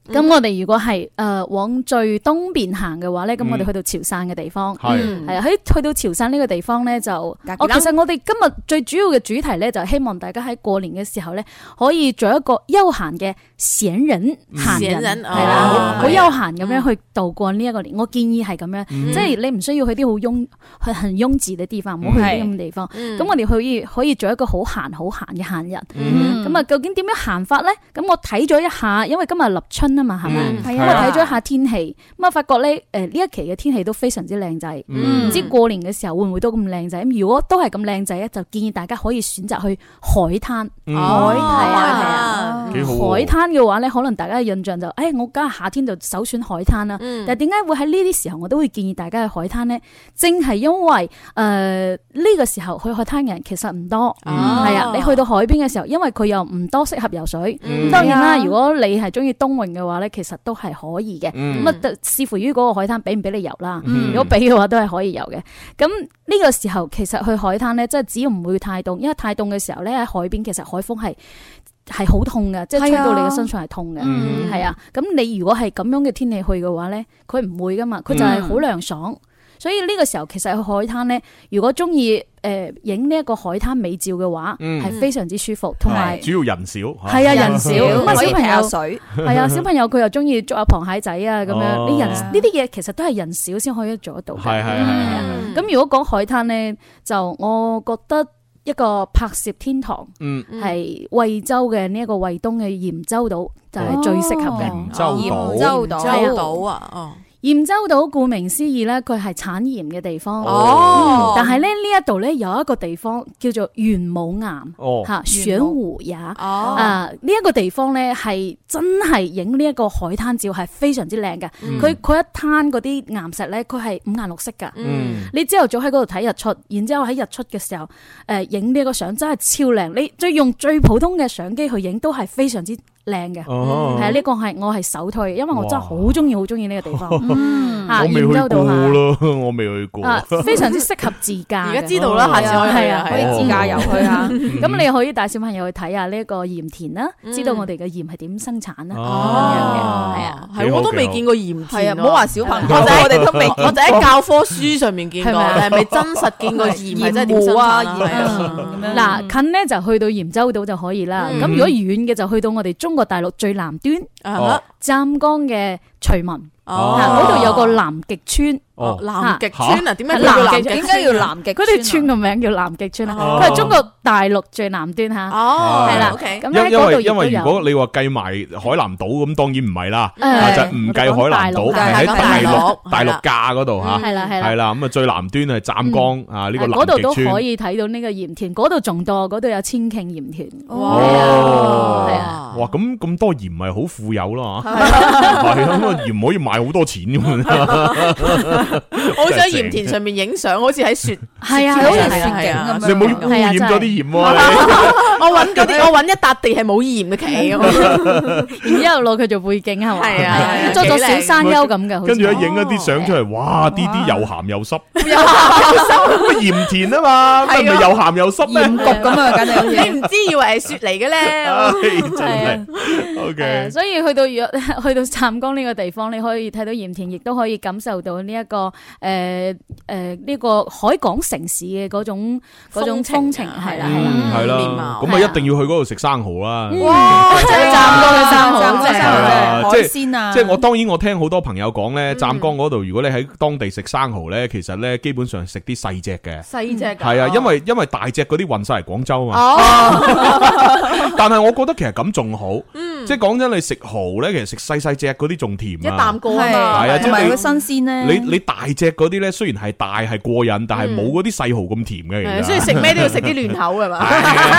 咁我哋如果係誒、呃往最東邊行嘅話咧，咁我哋去到潮汕嘅地方，嗯係係啊，喺去到潮汕呢個地方咧就，嗯隔幾我其冷實我哋今日最主要嘅主題咧，就係希望大家喺過年嘅時候咧，可以做一個休閒嘅閒人，嗯閒閒人係啦，好哦好休啊閒咁樣去度過呢一個年。我建議係咁樣，嗯即係你唔需要去啲好擁去很擁擠嘅地方，唔好去啲咁嘅地方。嗯咁我哋可以可以做一個好閒好閒嘅閒人。嗯咁啊，究竟點樣閒法咧？咁我睇咗一下，因為今日立春啊嘛，係咪嗯？係咁啊我睇咗一下天氣，咁啊發覺咧，誒呢一期嘅天氣都非常之靚仔。嗯唔知過年嘅時候會唔會都咁靚仔？咁如果都係咁靚仔咧，就建議大家可以選擇去海灘。嗯海哦係啊，幾好喎海灘嘅話咧，可能大家嘅印象就，誒我梗係夏天就首選海灘啦。嗯但係點解會喺呢啲時候我都會建議大家去海灘咧？正係因為誒呢個時候去海灘嘅人其實唔多，係啊，你去到海邊嘅時候，因為佢又唔多適合游水。嗯咁當然啦，係啊如果你係中意冬泳嘅話咧，其實都係可以嘅。嗯咁啊，就視乎於嗰個海灘俾唔俾你游啦。嗯如果俾嘅話，都係可以游嘅。咁呢個時候其實去海灘咧，即係只要唔會太凍，因為太凍嘅時候咧喺海邊其實海風係。係好痛嘅，即係吹係啊到你嘅身上係痛嘅，嗯係啊。咁你如果係咁樣嘅天氣去嘅話咧，佢唔會噶嘛，佢嗯就係好涼爽。所以呢個時候其實去海灘咧，如果中意誒影呢一個海灘美照嘅話，嗯係非常之舒服，同埋主要人少，係啊， (laughs) 人少咁啊，小朋友水係啊，小朋友佢又中意捉下螃蟹仔啊，咁哦樣你人呢啲嘢其實都係人少先可以做得到嘅。係係係係咁如果講海灘咧，就我覺得一個拍攝天堂嗯係惠州嘅呢一個惠東嘅鹽洲島就係最適合嘅。鹽哦洲島，周到啊，哦，鹽洲島顧名思義咧，佢係產鹽嘅地方。嗯哦但係咧呢一度咧有一個地方叫做玄武岩，哦嚇玄玄武湖也。啊呢一個地方咧係真係影呢一個海灘照係非常之靚嘅。嗯佢佢一灘嗰啲岩石咧，佢係五顏六色㗎。嗯你朝頭早喺嗰度睇日出，然之後喺日出嘅時候，誒影呢一個相真係超靚。你最用最普通嘅相機去影都係非常之靚嘅。哦係啊呢個係我係首推，因為我真係好中意好中意呢個地方。 (laughs) 啊我未去研究過到下咯， (laughs) 我未去過啊，非常 (laughs) 之適合自駕嘅。而家知道啦下次可以去係啊，可以自駕遊去啊咁你可以帶小朋友去睇下呢一個鹽田啦，嗯知道我哋嘅鹽係點生產啦。哦咁樣嘅係啊，係我都未見過鹽田啊，係啊唔好話小朋友我就喺我哋都未見過我就喺教科書上面見過，係咪啊但係未真實見過鹽係真係點生產鹽啊湖啊係啊嗱，近呢就去到鹽洲島就可以啦。嗯咁如果遠嘅就去到我哋中國大陸最南啊哈端，湛江嘅徐聞，哦嗱嗰度有個南極村。哦嚇南極村 à? 啊點解叫南南極極村村點解叫南佢哋村個名叫南極村啊，哦佢係中國大陸最南端嚇。哦係啦，因咁喺因嗰度為亦因都為如有果。你話計埋海南島咁，當然唔係啦，誒啊就唔計海南島，我哋係講喺大大陸陸大陸架嗰度嗯嚇，係啦係啦係啦，咁啊最南端係湛江 Ừ. 啊呢個嗰度南都極可村，以睇到呢個鹽田，嗰度仲多，嗰度有千頃鹽田。哦係啊，哇咁咁多鹽咪好富有咯嚇，係啊，咁啊鹽可以賣好多錢咁樣，我好想喺鹽田上面影相，好似喺雪，係啊雪好似田雪係啊你冇污染咗啲鹽喎你。 (laughs) 我揾嗰啲，我揾一笪地係冇鹽嘅 (laughs) 企咁。然之後攞佢做 (laughs) 背景係嘛？係啊係啊作 à. 咗小山丘咁嘅，好似跟住一影一啲相出嚟，哇！啲啲又鹹又濕，又鹹又濕乜鹽田啊嘛，係啊咩咪又鹹又濕咩？你唔知以為係雪嚟 (laughs) 嘅咧。 (laughs) 唉真係 OK 所 (laughs) 以去到若去到湛江呢個地方，你可以睇到鹽田，亦都可以感受到呢、一個誒誒呢個海港城市嘅嗰種嗰種風情係啦，係啦。嗯，係啦，咁啊一定要去嗰度食生蠔啦。哇！啊真係湛江嘅生湛蠔，江嘅真生係啊即係蠔真係海鮮啊即係我當然我聽好多朋友講嗯咧，湛江嗰度如果你喺當地食生蠔咧，其實咧基本上食啲細隻嘅。細隻㗎哦係啊，因為因為大隻嗰啲運晒嚟廣州啊嘛。哦，但係我覺得其實咁仲好，嗯即係講真，你食蠔咧，其實食細細只嗰啲仲甜一啖啊。過啊嘛，係啊即係同埋你佢新鮮咧。你你大隻嗰啲咧，雖然係大係過癮，但係冇嗰啲細蠔咁甜嘅。嗯係啊其所以實食咩都要食啲嫩口係嘛，係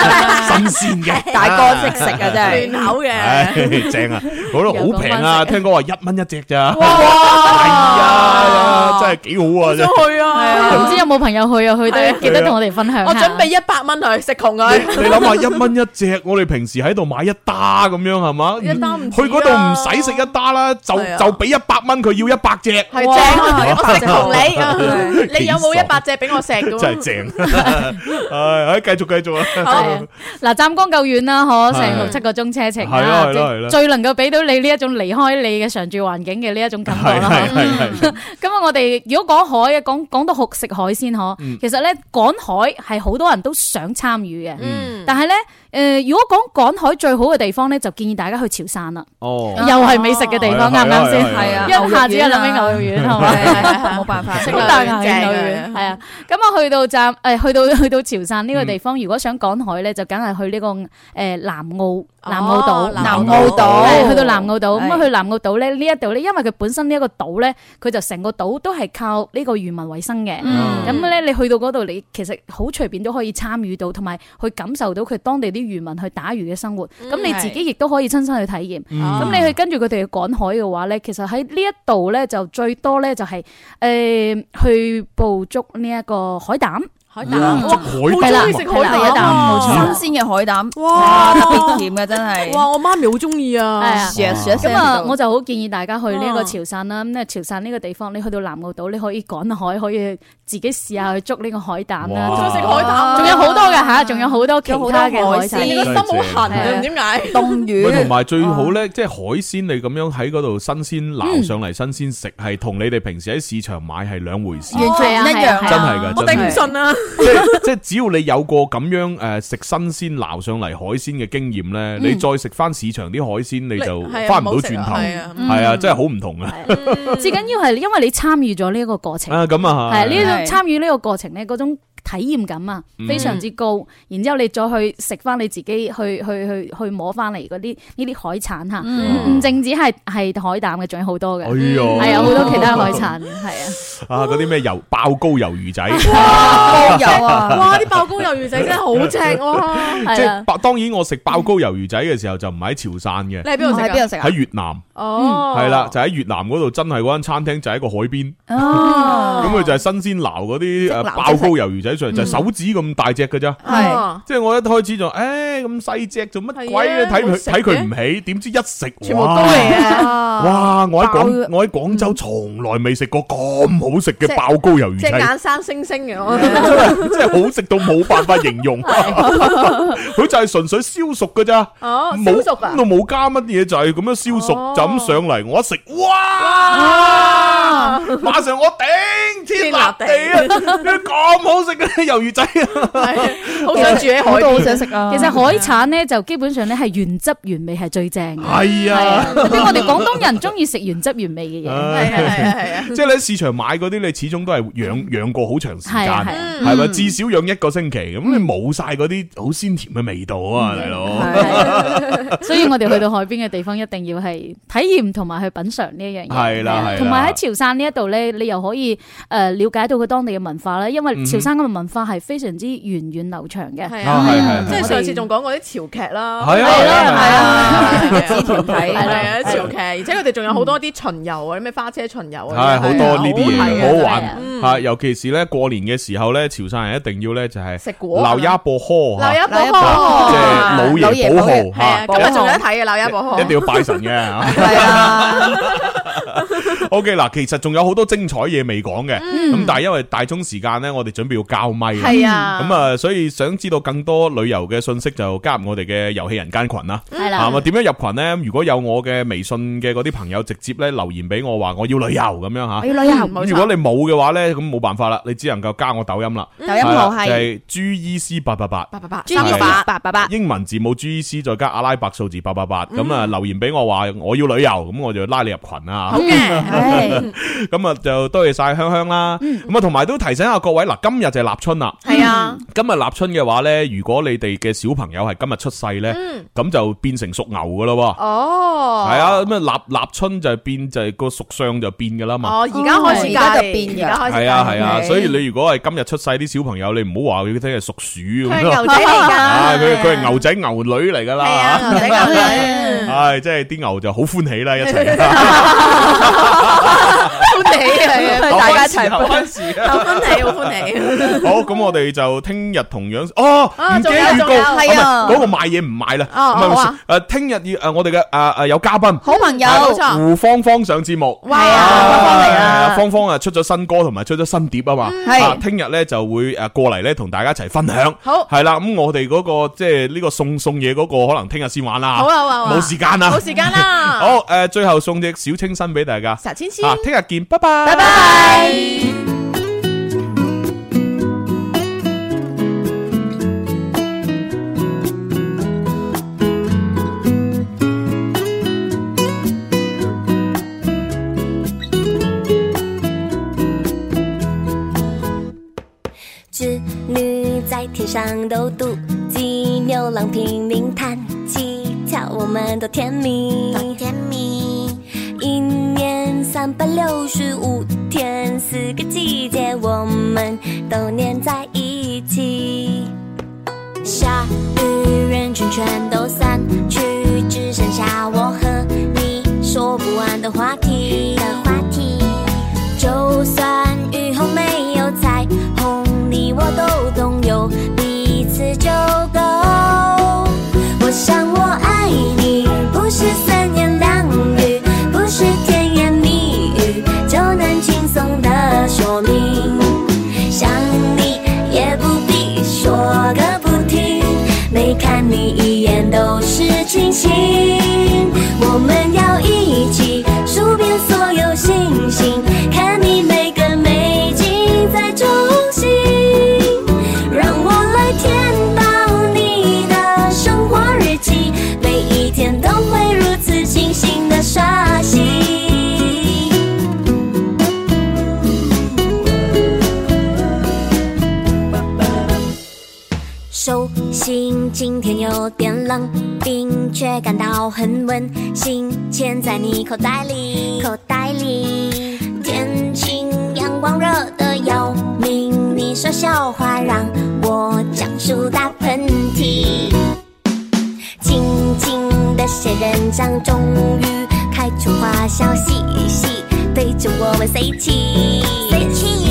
新鮮嘅，大哥識食啊，真嫩係。口嘅。唉，正啊！嗰度好平啊，聽講話一蚊一隻咋，係啊，哇！真係幾好啊！真係想去啊！唔知有冇朋友去啊？去係啊得記得同我哋分享我下準備一百蚊去食窮佢，你諗下一蚊一隻，我哋平時喺度買一打咁樣係嘛？一打唔止去啊嗰度唔使食一打啦，就係啊就俾一百蚊佢要一百隻，係正啊！我食窮 (laughs) 你啊真！係你有冇幾一百隻俾我食咁啊真係正。唉，唉繼續繼續啊！好係啊嗱，湛江夠遠啦，可係成六七個鐘車程係啦啦係啦係啦，最能夠俾到你呢一種離開你嘅常住環境嘅呢一種感覺係啦。係係係， (laughs) 咁啊，我哋如果講海嘅，講講到學食海鮮嗬，其實咧趕海係好多人都想參與嘅，嗯，但係咧誒，如果講趕海最好嘅地方咧，就建議大家去潮汕啦，哦又係美食嘅地方，係啊啱唔啱先？係啊一下子就諗起牛肉丸係咪？冇辦法，食 (laughs) 咁兩但係正牛嘅丸係啊，咁啊去到站誒，去到 (laughs) 去到潮汕呢個地方，如果想趕海咧，就梗係去呢個誒南澳南澳島南南澳澳係島島去到南澳島，咁啊係去南澳島咧呢一度咧，因為佢本身呢一個島咧，佢就成個島都係靠呢個漁民為生嘅。嗯咁咧，你去到嗰度，你其實好隨便都可以參與到，同埋去感受到佢當地啲漁民去打魚嘅生活。咁你自己亦都可以親身去體驗。嗯咁你去跟住佢哋去趕海嘅話咧，其實喺呢一度咧就最多咧就係、誒、去捕捉呢一個海膽，海哇膽捉哇啊海係啦好中意食海係膽啦冇啊錯！新鮮嘅海膽，哇哇，特別甜嘅真係。哇！我媽咪好中意啊！係啊。唰唰咁聲啊，到我就好建議大家去呢一啊個潮汕啦。咁咧，潮汕呢個地方，你去到南澳島，你可以趕海，可以自己試下去捉呢個海膽哇啦。食海膽，仲有好多嘅嚇，仲有好多其有好多他嘅海海你產鮮。個心好痕啊！唔知 (laughs) 點解。凍喂，同魚，埋最好咧，即係海鮮你咁樣喺嗰度新鮮撈上嚟，新鮮食係同你哋平時喺市場買係兩回事，完全唔一係啊係啊樣。真係㗎，我真頂係唔順啊！即係即係只要你有個咁樣誒食新鮮撈上嚟海鮮嘅經驗咧，你再食翻市場啲海鮮你就係啊翻唔到好食轉啊頭，係啊嗯係啊，真係好唔同啊！ (laughs) 最緊要係因為你參與咗呢一個過程。啊咁啊，係呢係種參與呢個過程咧，嗰種體驗感啊，嗯非常之高。然之後你再去食翻你自己去去去去摸翻嚟嗰啲呢啲海產嚇，嗯唔唔淨止係係海膽嘅，仲有好多嘅。哎係啊，呀，好多其他海產，係啊嗰啲咩油爆高魷魚仔，哇，都有啊。哇！啲爆公魷魚仔真係 (laughs) 好正 (laughs) 哇！啊，即係係啊，爆當然我食爆高魷魚仔嘅時候就唔係喺潮汕你嘅，喺邊度食喺啊？邊度食啊喺？越南哦，係啦，就喺越南嗰度真係嗰間餐廳就喺個海邊，哦，咁佢啊就係新鮮撈嗰啲誒撈爆高魷魚仔上嚟，就係手指咁大隻嘅咋。係嗯係即係我一開始就誒咁細隻做乜鬼咧？哦係啊睇佢好食睇佢唔起，點知一食全部都嚟嘅，啊，哇！我喺爆廣我喺廣嗯州從來未食過咁好食嘅爆高魷魚隻仔，眼生星星嘅，我真係真係好食到冇辦法形 (laughs) 容。 (laughs) 佢就係純粹燒熟㗎咋，哦，冇燒熟啊咁！就冇加乜嘢，就係咁樣燒熟哦就咁上嚟。我一食，哇！馬上我頂天立地啊！咁好食嘅魷魚仔啊！係好想住喺海我都好邊。嗯想食啊。其實海產咧就基本上咧係原汁原味係最正嘅。係係啊啊，！特別我哋廣東人中意食原汁原味嘅嘢。係啊係啊係啊！哎 (laughs) 即係你喺市場買嗰啲，你始終都係養養過好長時間，係啊係啊係咪？至少養一個星期，咁你冇晒嗰啲好鮮甜嘅味道啊，大佬。 (laughs) 係所以我哋去到海邊嘅地方，一定要係體驗同埋去品嚐呢一樣嘢。係啦係啦同埋喺潮汕呢一度咧，你又可以誒了解到佢當地嘅文化啦。因為嗯潮汕嘅文化係非常之源遠流長嘅。嗯係啊係係啊係，即係上次仲講過啲潮劇啦，係啊係係啊係啊係啊紙團係體，啊，潮劇，而且佢哋仲有好多啲巡遊啊，咩花車巡遊啊，係好多呢啲嘢係啊好好係啊玩吓，尤其是咧過年嘅時候咧，潮汕人一定要咧就係食果啊鬧一波呵吓，鬧即一波鬧一係老爺波即啊保老爺號係啊，吓，今日仲有得睇嘅鬧一波一定要拜 (laughs) 神嘅。哦係啊， (laughs) OK 嗱，其實仲有好多精彩嘢未講嘅，嗯咁但係因為大鐘時間咧，我哋準備要交咪啦。係啊，咁啊，所以想知道更多旅遊嘅信息，就加入我哋嘅遊戲人間群啦。係啊，啦咁，啊點樣入群呢？如果有我嘅微信嘅嗰啲朋友，直接咧留言俾我話我要旅遊咁樣吓。要旅遊咁如果你冇嘅話呢，咁冇辦法啦，你只能夠加我抖音啦。抖音號啦就係係 G E C 八八八。八八八專啊三業六八八，八八八，英文字母 G E C 再加阿拉伯數字八八八，咁啊留言俾我話我要旅遊，咁我就拉你入群啦。(laughs) 嗯好嘅，嗯係咁啊就多謝晒香香啦。咁啊同埋都提醒下各位嗱，今日就係立春啦。系嗯啊，今日立春嘅話呢，如果你哋嘅小朋友係今日出世呢，咁就變成屬牛噶咯。嗯哦，係啊，咁啊立立春就變就係個屬相就變噶啦嘛。哦，而家開始哦而家隔就離變㗎而家開始嗯係啊隔離係啊， ，OK 所以你如果係今日出世啲小朋友，你唔好話佢聽係屬鼠佢係咁咯牛。仔嚟 (laughs) 啊㗎，佢佢係牛仔牛女嚟噶啦。係啊，牛仔牛仔， (laughs) 唉，即係啲牛就好歡喜啦，一齊。歡喜係啊，大家一齊有關事啊好 (laughs) 歡喜， (laughs) 好歡 (laughs) 喜。好，咁我哋就聽日同樣哦，啊唔記得仲預告，有仲有啊唔係啊係嗰個賣嘢唔賣啦，哦唔係好啊，誒，聽日要誒我哋嘅誒誒有嘉賓。好朋友，冇錯，胡芳芳上節目，哇係啊啊芳芳嚟啦芳芳啊出咗新歌同埋出咗新碟啊嘛，係啊聽日咧就會誒過嚟咧同大家一齊分享，好係啦，咁我哋嗰個即係呢個送送嘢嗰個可能聽日先玩啦，好啊好啊好啊冇時間啦，冇時間啦好誒，最後送隻小清新俾大家，石千千，啊，聽日見，拜拜，拜。拜。织女在天上都妒忌，牛郎拼命叹气，瞧我们多甜蜜，多甜蜜。一年三百六十五天，四个季节我们都黏在一起。下雨，人群全都散去，只剩下我和你，说不完的话题。的话题，就算雨后没有彩虹，你我都懂，有彼此就够。我想我爱你，不是三言两语，不是甜言蜜语就能轻松的说明。想你也不必说个不停，每看你一眼都是清醒。我们要一起数遍所有星星，看你每个美景在中心。让我来填饱你的生活日记，每一天都会如此清醒的刷新。手心今天有点冷，冰却感到很温馨，钱在你口袋里，口袋里。天晴，阳光热得要命，你说笑话让我长出大喷嚏。静静的仙人掌终于开出花香，细细对着我们 say cheese。